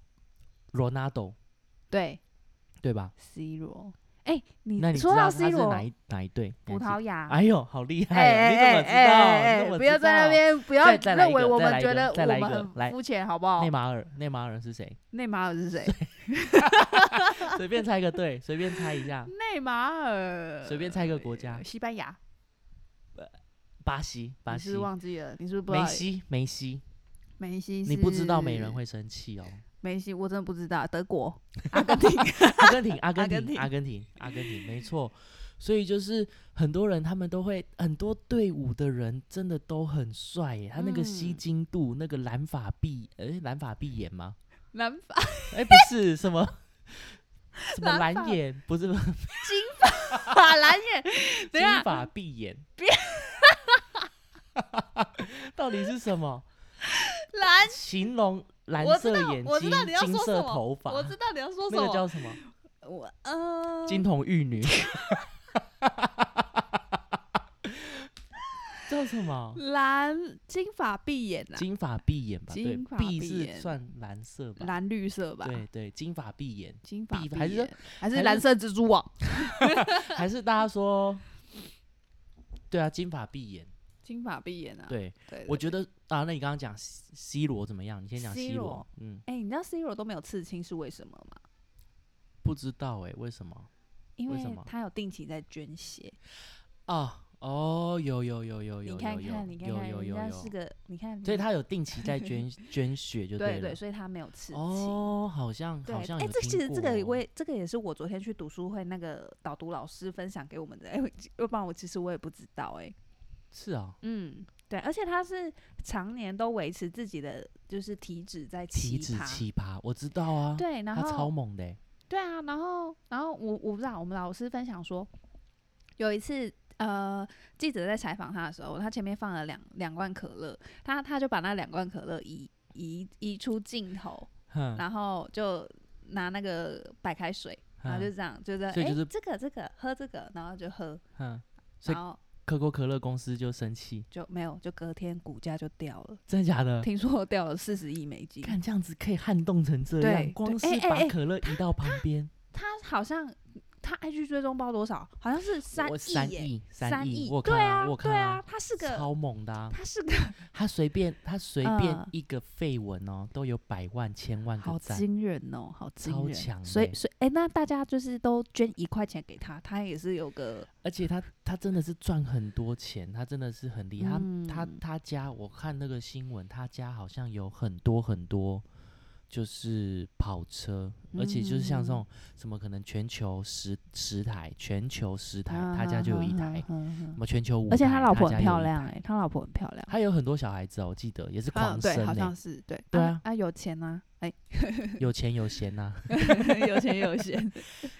S2: ，Ronaldo
S6: 对
S2: 对吧？
S6: C 罗，哎，你
S2: 那你知
S6: 说到
S2: 道他是
S6: C
S2: 哪
S6: 罗，
S2: 一哪一队？
S6: 葡萄牙，
S2: 哎呦，好厉害、哦！你怎
S6: 哎
S2: 么
S6: 哎
S2: 知道？
S6: 哎
S2: 你
S6: 哎
S2: 怎么
S6: 不要
S2: 知
S6: 在那
S2: 道。
S6: 边，不要
S2: 再再来
S6: 认
S2: 一
S6: 为
S2: 个
S6: 我
S2: 再来
S6: 们
S2: 一
S6: 觉
S2: 个
S6: 得
S2: 再
S6: 我
S2: 来一
S6: 们
S2: 个来
S6: 很肤浅，好不好
S2: 内？马尔，内马尔是谁？
S6: 内马尔是谁？
S2: 随便猜一个队，随便猜一 下，
S6: 内马尔，
S2: 随便猜一个国家，
S6: 西班牙，
S2: 巴西，巴
S6: 你是
S2: 西
S6: 不是，忘记了？你是不是不知道
S2: 梅？西，梅西，
S6: 梅西，
S2: 你不知道没人。会 生气哦。
S6: 梅西，我真的不知道。德国、阿根廷，
S2: 阿根廷，阿根
S6: 根
S2: 廷，阿根廷，阿根廷，没错。所以就是很多人，他们都会很多队伍的人真的都很帅耶，他那个吸
S6: 嗯
S2: 睛度，那个染发碧，诶，染发碧眼吗？
S6: 南法
S2: 哎，不是什么 什么
S6: 染
S2: 蓝
S6: 发
S2: 眼，不是
S6: 法兰眼，等一
S2: 金
S6: 下，
S2: 发碧眼， 到底是什么？
S6: 蓝，
S2: 形容蓝
S6: 我知
S2: 色
S6: 道
S2: 眼
S6: 我
S2: 睛
S6: 知道你要、
S2: 金
S6: 说什
S2: 色
S6: 么
S2: 头发，
S6: 我知道你要说什
S2: 那个
S6: 么。
S2: 叫什么？
S6: 我呃，
S2: 金童玉女， 叫什么？
S6: 蓝金发碧眼啊，
S2: 金发碧眼吧，对
S6: 金，发
S2: 碧
S6: 碧
S2: 是
S6: 眼
S2: 算蓝色吧？
S6: 蓝绿色吧？
S2: 对对，金发碧眼，
S6: 金发
S2: 碧
S6: 碧
S2: 还是
S6: 眼还
S2: 还
S6: 是
S2: 是
S6: 蓝色蜘蛛 网？
S2: 还是大家说？ 对啊，金发碧眼。
S6: 金发碧眼啊。
S2: 对，
S6: 对，
S2: 我
S6: 对
S2: 觉得啊，那你刚刚讲 C C 罗怎么样？你先讲
S6: C
S2: C 罗
S6: 罗，
S2: 嗯，
S6: 哎，你知道 C 罗都没有刺青是为什么吗？
S2: 不知道哎，为什么？
S6: 因
S2: 为
S6: 为
S2: 什么
S6: 他有定期在捐血。
S2: 啊，哦，有有有有有，
S6: 你
S2: 有
S6: 看
S2: 有
S6: 看，你看
S2: 有
S6: 看，
S2: 有
S6: 人
S2: 有
S6: 家
S2: 有，
S6: 是个，你看，
S2: 所以他有定期在捐 捐血就
S6: 对
S2: 了
S6: 对，。所以他没有刺青。
S2: 哦，好像
S6: 对，
S2: 好像
S6: 哎、
S2: 有
S6: 这
S2: 听
S6: 其实这个
S2: 过哦
S6: 我也这个也是我昨天去读书会那个导读老师分享给我们的，哎、又不然我其实我也不知道哎、
S2: 是啊、
S1: 嗯，对，而且他是常年都维持自己的就是体脂在
S2: 体
S1: 七
S2: 脂
S1: 趴，
S2: 奇葩，我知道啊，
S1: 对，然
S2: 他超
S1: 后
S2: 猛的欸，
S1: 对啊，然后然后我我不知道，我们老师分享说，有一次呃记者在采访他的时候，他前面放了两两罐可乐，他他就把那两罐可乐移移移出镜头，
S2: 哼，
S1: 然后就拿那个白开水，然后就
S2: 哼
S1: 这样，就是哎、
S2: 嗯所以就是
S1: 诶这个这个喝这个，然后就喝，
S2: 哼，所以
S1: 然后
S2: 可口可乐公司就生气，
S1: 就没有，就隔天股价就掉了，
S2: 真的假 的？
S1: 听说掉了四十亿美金。
S2: 看这样子可以撼动成这
S1: 对
S2: 样，
S1: 对
S2: 光
S1: 哎
S2: 是
S1: 哎
S2: 把
S1: 哎
S2: 可乐移到旁边，
S1: 他好像他 IG 追踪包多少？好像是三
S2: 我
S1: 亿
S2: 三
S1: 耶，
S2: 亿，
S1: 三
S2: 亿，我有
S1: 对
S2: 看
S1: 啊，
S2: 我有看
S1: 对啊，，他是个
S2: 超猛的啊！
S1: 他是个
S2: 他随便他随便
S1: 嗯
S2: 一个绯闻哦，都有百万千万
S1: 好
S2: 个赞，
S1: 惊人哦，好惊
S2: 超
S1: 人，
S2: 强欸
S1: 所以
S2: 的
S1: 所以哎、那大家就是都捐一块钱给他，他也是有个
S2: 而且他他真的是赚很多钱，他真的是很厉害。他他
S1: 嗯
S2: 他家我看那个新闻，他家好像有很多很多就是跑车，而且就是像这种
S1: 嗯
S2: 什么可能全球十十台，全球十台，
S1: 啊
S2: 他家就有一台，
S1: 嗯
S2: 什么全球五台，
S1: 而且他老婆
S2: 家
S1: 很
S2: 有
S1: 漂
S2: 一
S1: 亮
S2: 台
S1: 哎、他老婆很漂亮，
S2: 他有很多小孩子哦，我记得也是
S1: 啊
S2: 狂生、
S1: 对，
S2: 欸
S1: 好像是对
S2: 对啊
S1: 啊有钱啊， 哎、
S2: 有钱有闲啊呐、
S1: 有钱有闲，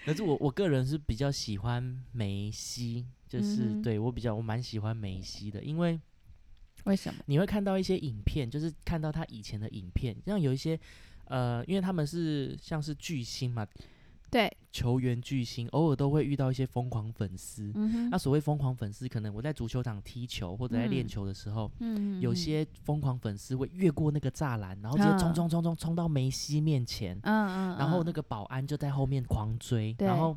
S2: 可是我我个人是比较喜欢梅西，就是、
S1: 嗯哼
S2: 对我比较我蛮喜欢梅西的，因为
S1: 为什么？
S2: 你会看到一些影片，就是看到他以前的影片，像有一些呃，因为他们是像是巨星嘛，
S1: 对，
S2: 球员巨星，偶尔都会遇到一些疯狂粉丝。
S1: 嗯
S2: 那
S1: 哼，
S2: 所谓疯狂粉丝，可能我在足球场踢球或者在练
S1: 嗯
S2: 球的时候，
S1: 嗯
S2: 有些疯狂粉丝会越过那个栅栏，然后直接冲
S1: 嗯
S2: 冲冲冲冲到梅西面前，
S1: 嗯嗯，
S2: 然后那
S1: 个，
S2: 个保安就在后面狂追，
S1: 对
S2: 然后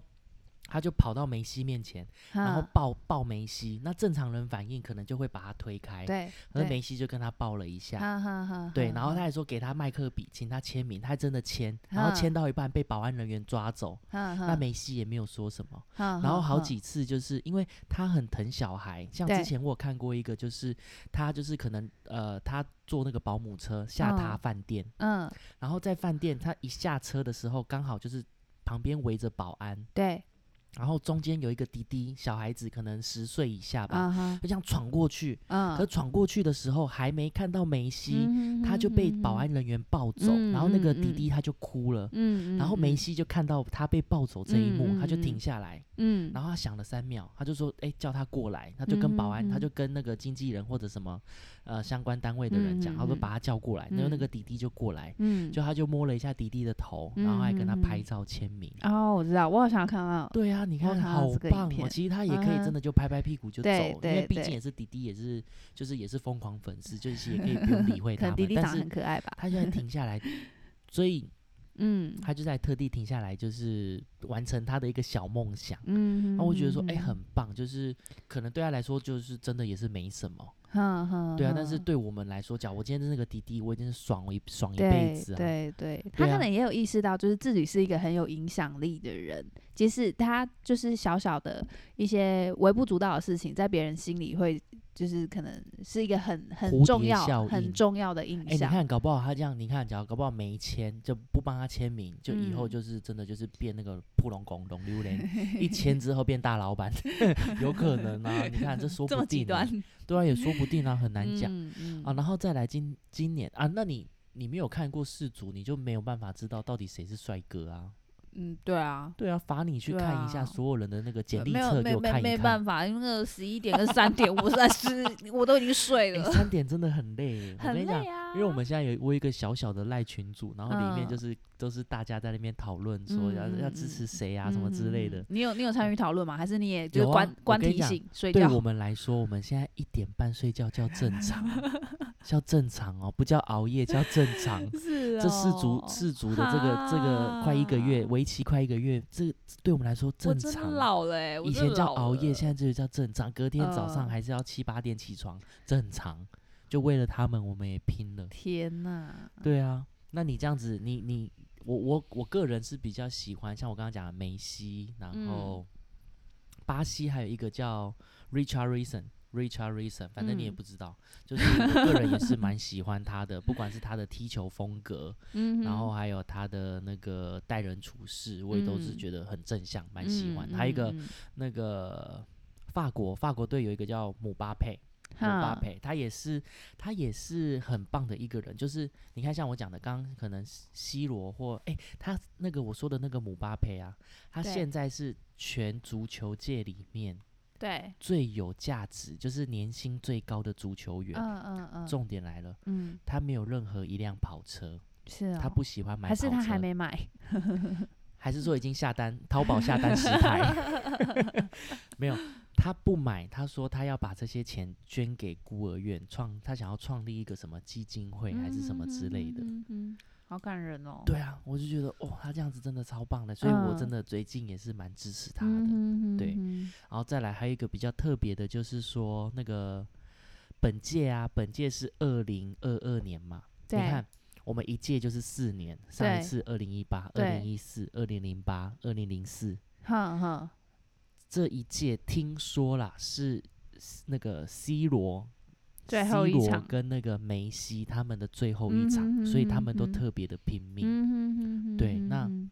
S2: 他就跑到梅西面前，然后
S1: 嗯
S2: 抱抱梅西。那正常人反应可能就会把他推开，
S1: 对，
S2: 可是
S1: 对嗯
S2: 梅西就跟他抱了一下。
S1: 哈哈哈，
S2: 对，
S1: 哈
S2: 然后
S1: 哈
S2: 他还说给他麦克笔，请他签名，他还真的签，然后
S1: 嗯
S2: 签到一半被保安人员抓走，
S1: 哈
S2: 那
S1: 哈
S2: 梅西也没有说什么。
S1: 哈
S2: 然后
S1: 哈
S2: 好
S1: 哈
S2: 几次就是因为他很疼小孩，像之
S1: 嗯对
S2: 前我有看过一个，就是他就是可能呃，他坐那个保姆车下
S1: 嗯
S2: 榻饭店，
S1: 嗯，
S2: 然后在饭店，他一下车的时候，刚好就是旁边围着保安，
S1: 对，
S2: 然后中间有一个滴滴小孩子，可能十岁以下吧，
S1: 啊哈，
S2: 就这样闯过去。
S1: 嗯，
S2: 可闯过去的时候，还没看到梅西，
S1: 嗯
S2: 他就被保，安人员抱走，然后那个滴
S1: 嗯嗯嗯
S2: 滴他就哭了。
S1: 嗯嗯嗯，
S2: 然后梅西就看到他被抱走这一幕，
S1: 嗯嗯
S2: 他就
S1: 嗯
S2: 停下来，
S1: 嗯，嗯，
S2: 然后他想了三秒，他就说：“哎、叫他过来。”他就跟保安，
S1: 嗯嗯嗯
S2: 他就跟那个经纪人或者什么呃相关单位的人讲，
S1: 嗯嗯
S2: 他说
S1: 嗯
S2: 把他叫过来，然后那
S1: 嗯
S2: 个弟弟就过来，
S1: 嗯，
S2: 就他就摸了一下迪迪的头，然后还跟他拍
S1: 嗯嗯嗯
S2: 照签名。
S1: 哦，我知道，我好像看到，
S2: 对啊，你看
S1: 看到
S2: 好
S1: 这个影
S2: 棒哦！
S1: 片
S2: 其实他也可以
S1: 嗯
S2: 真
S1: 哼
S2: 的就拍拍屁股就走，
S1: 对
S2: 因为
S1: 对
S2: 毕竟
S1: 对
S2: 也是迪迪，也是就是也是疯狂粉丝，就是也可以不用理 会
S1: 可
S2: 他
S1: 能弟
S2: 们。
S1: 弟
S2: 但
S1: 长得
S2: 是
S1: 很可爱吧，
S2: 他现在 停下来，所以
S1: 嗯
S2: 他就在特地停下来，就是完成他的一个小梦想。
S1: 嗯，
S2: 那我觉得说，哎，
S1: 嗯，
S2: 很棒，就是可能对他来说，就是真的也是没什么，
S1: 哈哈，
S2: 对啊。但是
S1: 哈
S2: 对我们来说，假如我今天是那个迪迪，我已经是爽我一爽一辈
S1: 对
S2: 子啊。
S1: 对对，他
S2: 对啊
S1: 可能也有意识到，就是自己是一个很有影响力的人，即使他就是小小的一些微不足道的事情，在别人心里会就是可能是一个很很
S2: 蝴
S1: 重
S2: 蝶
S1: 要
S2: 效、应
S1: 很重要的印
S2: 哎、你
S1: 象。
S2: 看，搞不好他这样，你看，假如搞不好没签，就不帮他签名，就以后
S1: 嗯
S2: 就是真的就是变那个普龙拱龙 榴莲，一签之后变大老板， 有可能啊。你看，这 说
S1: 这
S2: 不
S1: 么极
S2: 定、
S1: 端
S2: 啊，，对啊，也说不定啊，很难讲、
S1: 嗯嗯
S2: 啊。然后再来今今年啊，那你你没有看过世足，你就没有办法知道到底谁是帅哥啊。
S1: 嗯，对啊，
S2: 对啊，罚你去看一
S1: 对
S2: 下
S1: 啊
S2: 所有人的那个简
S1: 呃
S2: 历
S1: 没有
S2: 册给
S1: 没
S2: 我看
S1: 没
S2: 一看。
S1: 没办法，因为那个十一点跟三点，我实在是我都已经睡
S2: 哎
S1: 了，
S2: 三点真的很累，我
S1: 很
S2: 跟你讲
S1: 累，啊。
S2: 因为我们现在有我有一个小小的赖群组，然后里面
S1: 嗯
S2: 就是、都是大家在那边讨论说要、
S1: 嗯
S2: 要
S1: 嗯
S2: 支
S1: 嗯
S2: 持谁啊、什么之类的
S1: 嗯。你有你有参与讨论吗？还是你也就
S2: 有
S1: 是
S2: 啊
S1: 关、
S2: 我
S1: 关
S2: 跟你
S1: 提
S2: 讲
S1: 醒睡
S2: 对
S1: 觉？
S2: 我们来说，我们现在一点半睡觉叫正 常，叫正常哦，不叫熬夜，叫正常。
S1: 是、哦、
S2: 这世足世足的这个这个快一个月，
S1: 哈
S2: 为期快一个月，这对我们来说
S1: 我
S2: 正
S1: 真的
S2: 常。
S1: 老了
S6: 欸
S1: 哎、我
S2: 以
S1: 真的
S2: 前叫
S1: 老
S2: 熬夜，
S1: 了
S2: 现在这就叫正常。隔天早上
S1: 嗯
S2: 还是要七八点起床，正常。就为了他们，我们也拼了。
S1: 天呐，
S2: 对啊，那你这样子，你你我我我个人是比较喜欢，像我刚刚讲的梅西，然
S1: 嗯
S2: 后巴西还有一个叫 Richard Reason。Richard Reason，反正你也
S1: 嗯
S2: 不知道，就是我个人也是蛮喜欢他的，不管是他的踢球风格，
S1: 嗯
S2: 然后
S1: 哼
S2: 还有他的那个待人处事，我也都是
S1: 嗯
S2: 觉得很正向，蛮喜欢。
S1: 嗯
S2: 还有
S1: 嗯
S2: 一个
S1: 嗯
S2: 那个法国，法国队有一个叫姆巴佩，姆巴
S1: 嗯
S2: 佩，他也是他也是很棒的一个人。就是你看，像我讲的，刚刚可能 C 罗或哎、他那个我说的那个姆巴佩啊，他
S6: 对
S2: 现在是全足球界里面
S6: 对，
S2: 最有价值，就是年薪最高的足球员。
S6: 嗯嗯嗯，
S2: 重点来了，
S6: 嗯
S2: 他没有任何一辆跑车，
S6: 是啊、
S2: 他不喜欢买
S6: 还
S2: 跑
S6: 是
S2: 车，
S6: 他还没买，
S2: 还是说已经下单，淘宝下单十台？ 没有，他不买，他说他要把这些钱捐给孤儿院，创他想要创立一个什么基金会还是什么之类的。
S6: 嗯嗯，好感人哦。
S2: 对啊，我就觉得哦，他这样子真的超棒的，所以我真
S6: 嗯
S2: 的最近也是蛮支持他的。
S6: 嗯哼哼哼，
S2: 对然后再来还有一个比较特别的，就是说那个本届啊，本届是二零二二年嘛，你
S6: 对
S2: 看我们一届就是四年，上一
S6: 对
S2: 次二零一八、二
S6: 对
S2: 零一四、二零零八、二零零四，
S6: 哼哼，
S2: 这一届听说啦是那个 C 罗。
S6: 最后
S2: C
S6: 一
S2: 罗
S6: 场嗯
S2: 跟那个梅西他们的最后一场，所以他们都
S6: 嗯哼哼哼
S2: 特别的拼命，
S6: 嗯哼哼哼，
S2: 对那
S6: 嗯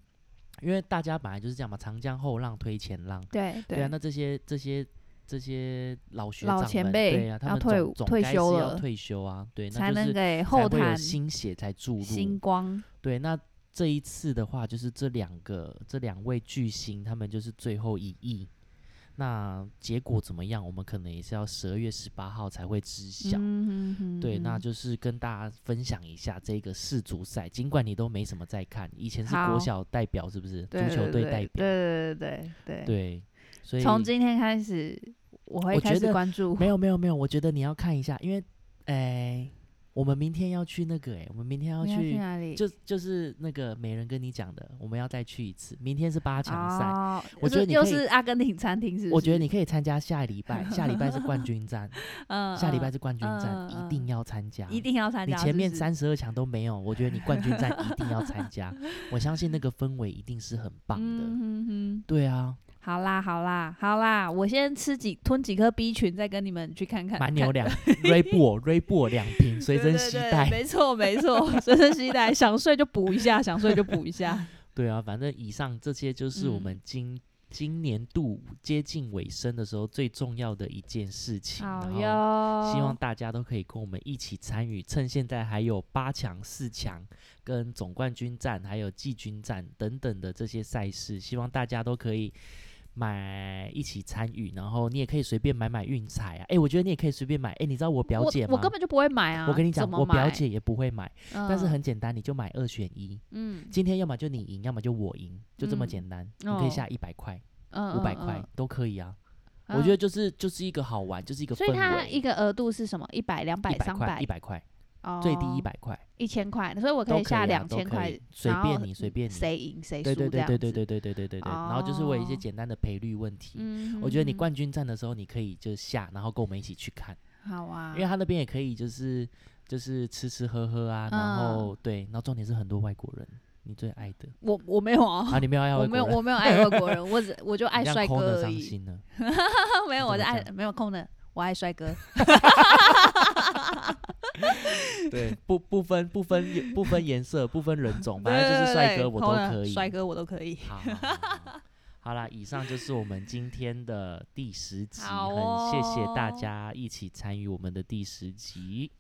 S6: 哼
S2: 因为大家本来就是这样嘛，长江后浪推前浪，
S6: 对
S2: 对啊，那这些这些这些老学
S6: 老
S2: 长
S6: 前
S2: 们
S6: 辈
S2: 对啊，他
S6: 要
S2: 们
S6: 退
S2: 总
S6: 伍
S2: 总
S6: 退
S2: 该是
S6: 休
S2: 要
S6: 了
S2: 退休啊，对，
S6: 才
S2: 那就
S6: 能
S2: 是
S6: 给
S2: 才
S6: 后
S2: 会有
S6: 坛
S2: 新血才注
S6: 星
S2: 入。
S6: 光。
S2: 对，那这一次的话，就是这两个这两位巨星，他们就是最后一役。那结果怎么样？我们可能也是要十二月十八号才会知晓。
S6: 嗯哼哼
S2: 对，那
S6: 哼
S2: 就是跟大家分享一下这个世足赛。尽管你都没什么在看，以前是
S6: 好
S2: 国小代表，是不是？足
S6: 对
S2: 球
S6: 对
S2: 队
S6: 对
S2: 代表。
S6: 对对对对
S2: 对，所以
S6: 对，从今天开始我会
S2: 我
S6: 开
S2: 觉
S6: 始
S2: 得
S6: 关注。
S2: 没有没有没有，我觉得你要看一下，因为哎、我们明天要去那个哎、我们明天要
S6: 你要去
S2: 去，
S6: 哪里？
S2: 就就是那个美人跟你讲的，我们要再去一次。明天是八强赛，
S6: 哦
S2: 我
S6: 是
S2: 觉得你
S6: 又
S2: 可以
S6: 是阿根廷餐厅，是不是？
S2: 我觉得你可以参加下礼拜，下礼拜是 冠军战，
S6: 嗯，
S2: 下礼拜
S6: 嗯
S2: 是冠军战，
S6: 嗯嗯
S2: 一定要参加，
S6: 一定要参
S2: 你
S6: 加。
S2: 前面
S6: 是不是
S2: 三十二强都没有，我觉得你冠军战一定要参 加。我相信那个氛围一定是很棒的。
S6: 嗯哼哼
S2: 对啊，
S6: 好啦，好啦，好啦，我先吃几吞几颗 B 群，再跟你们去看看。
S2: 蛮
S6: 看
S2: 牛两 r e b o r e b o 两瓶随身携
S6: 对对对
S2: 带。
S6: 没错没错，随身携带，想睡就补一下，想睡就补一 下。
S2: 对啊，反正以上这些就是我
S6: 嗯
S2: 们今、今年度接近尾声的时候最重要的一件事情。
S6: 好
S2: 然后
S6: 哟，
S2: 希望大家都可以跟我们一起参与，趁现在还有八强、四强、跟总冠军战、还有季军战等等的这些赛事，希望大家都可以买一起参与，然后你也可以随便买买运彩啊。哎、我觉得你也可以随便买。哎、你知道我表姐吗？
S6: 嗯我，我根本就不会买啊。
S2: 我跟你讲
S6: 怎，么
S2: 我表
S6: 买，
S2: 姐也不会买，
S6: 嗯
S2: 但是很简单，你就买二选一。
S6: 嗯
S2: 今天要么就你赢，要么就我赢，就这么
S6: 嗯
S2: 简单。你可以
S6: 哦
S2: 下一百块、
S6: 嗯
S2: 五百块，都可以啊。
S6: 嗯
S2: 我觉得
S6: 嗯
S2: 就是就是一个好玩，就是一个氛
S6: 所以它一
S2: 围。
S6: 个额度是什么？一百、两百、
S2: 百
S6: 三
S2: 块，一百块，最
S6: 哦
S2: 低一、百块，
S6: 一千块，所以我
S2: 都
S6: 可以
S2: 可
S6: 下
S2: 以啊
S6: 两
S2: 都
S6: 千
S2: 可
S6: 块
S2: 以，随
S6: 然
S2: 便
S6: 后
S2: 你随便你。
S6: 谁赢谁
S2: 对
S6: 输
S2: 对
S6: 这
S2: 对
S6: 样
S2: 对对
S6: 子。
S2: 对对对对对对。然后就是会有一些
S6: 哦
S2: 简单的赔率问题。
S6: 嗯，
S2: 我觉得你
S6: 嗯
S2: 冠军战的时候，你可以就下，然后跟我们一起去看，
S6: 好啊，
S2: 因为他那边也可以就是就是吃吃喝喝啊，然
S6: 嗯
S2: 后对，然后重点是很多外国人，你最爱的
S6: 我我没有啊，
S2: 啊，你没有爱
S6: 我
S2: 外
S6: 没
S2: 国
S6: 有
S2: 人，
S6: 我没有爱外国人，我只我就爱
S2: 你让
S6: 帅
S2: Connor
S6: 哥而
S2: 伤
S6: 已。
S2: 心 了。
S6: 没有，我
S2: 怎
S6: 的
S2: 么
S6: 爱
S2: 讲
S6: 没有空的，我爱帅哥。
S2: 对，不不分不分颜不分颜色，不分人种，反正就是
S6: 对
S2: 帅
S6: 对
S2: 哥我都
S6: 空的
S2: 可以。
S6: 帅哥我都可以。
S2: 好，好，好好好好啦，以上就是我们今天的第十集，
S6: 好
S2: 很谢谢大
S6: 哦
S2: 家一起参与我们的第十集。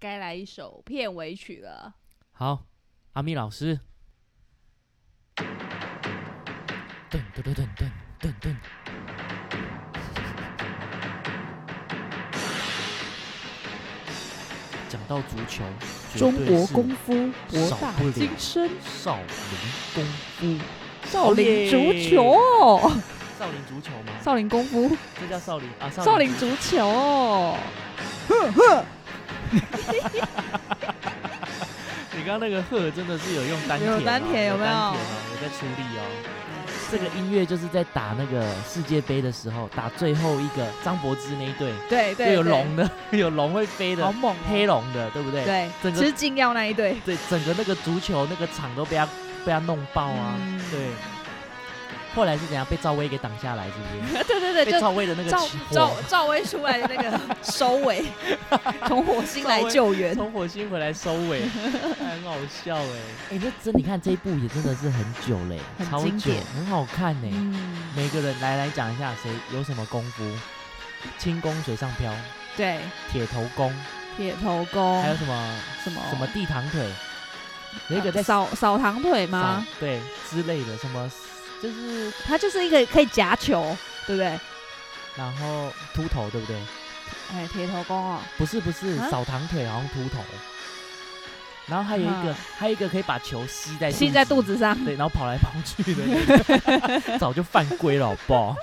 S6: 该来一首片尾曲了。
S2: 好，阿咪老师，噔噔噔噔噔噔噔，讲到足球，绝
S1: 中
S2: 对
S1: 国
S2: 是
S1: 功夫博大
S2: 少不了
S1: 精深，
S2: 少林功夫，
S1: 少林足
S2: 耶
S1: 球哦，
S2: 少林足球吗？
S1: 少林功夫，
S2: 这叫少林啊，
S1: 少林足球哦。
S2: 你刚刚那个鹤真的是有用丹田、哦，
S1: 有丹田有没有
S2: 丹田哦有在出力哦。这个音乐就是在打那个世界杯的时候，打最后一个张柏芝那一队，
S1: 对
S2: 就
S1: 对，
S2: 有
S1: 对，
S2: 龙的，有龙会飞
S1: 好
S2: 的，
S1: 猛哦，
S2: 黑龙的，对不对？
S1: 对，
S2: 整个
S1: 吃禁药那一对。
S2: 对，整个那个足球那个场都被他被他弄爆啊！
S1: 嗯
S2: 对，后来是怎样被赵薇给挡下来，是不是？
S1: 对 对对，
S2: 被
S1: 就
S2: 赵薇的那个
S1: 赵
S2: 起火
S1: 赵赵薇出来的那 个收尾，从火星来救援。
S2: 从火星回来收 尾，很好笑哎、哎、这真你看这一部也真的是很久嘞、
S1: 欸很
S2: 超
S1: 经
S2: 久
S1: 典，
S2: 很好看欸呢、
S1: 嗯，
S2: 每个人来来讲一下，谁有什么功夫？轻功水上漂，
S6: 对，
S2: 铁头功，
S1: 铁头功
S2: 还有什么
S1: 什么
S2: 什么地堂腿，有一个在
S1: 哦呃扫扫堂腿
S2: 扫
S1: 吗？
S2: 对之类的什么，就是
S1: 它就是一个可以夹球，对不对？
S2: 然后秃头对不对？
S1: 哎，铁头功哦，
S2: 不是不是
S1: 啊
S2: 扫堂腿，好像秃头。然后还有一个
S1: 啊，
S2: 还有一个可以把球吸在
S1: 吸在肚，子上，
S2: 对，然后跑来跑去的那 个，早就犯规了，好不好？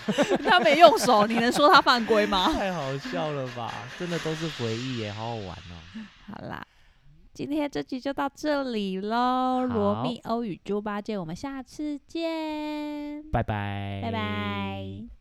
S1: 他没用手，你能说他犯规吗？
S2: 太好笑了吧！真的都是回忆耶，好好玩哦。
S6: 好啦，今天这集就到这里喽。罗
S2: 好
S6: 密欧与猪八戒，我们下次见，
S2: 拜拜，
S6: 拜拜。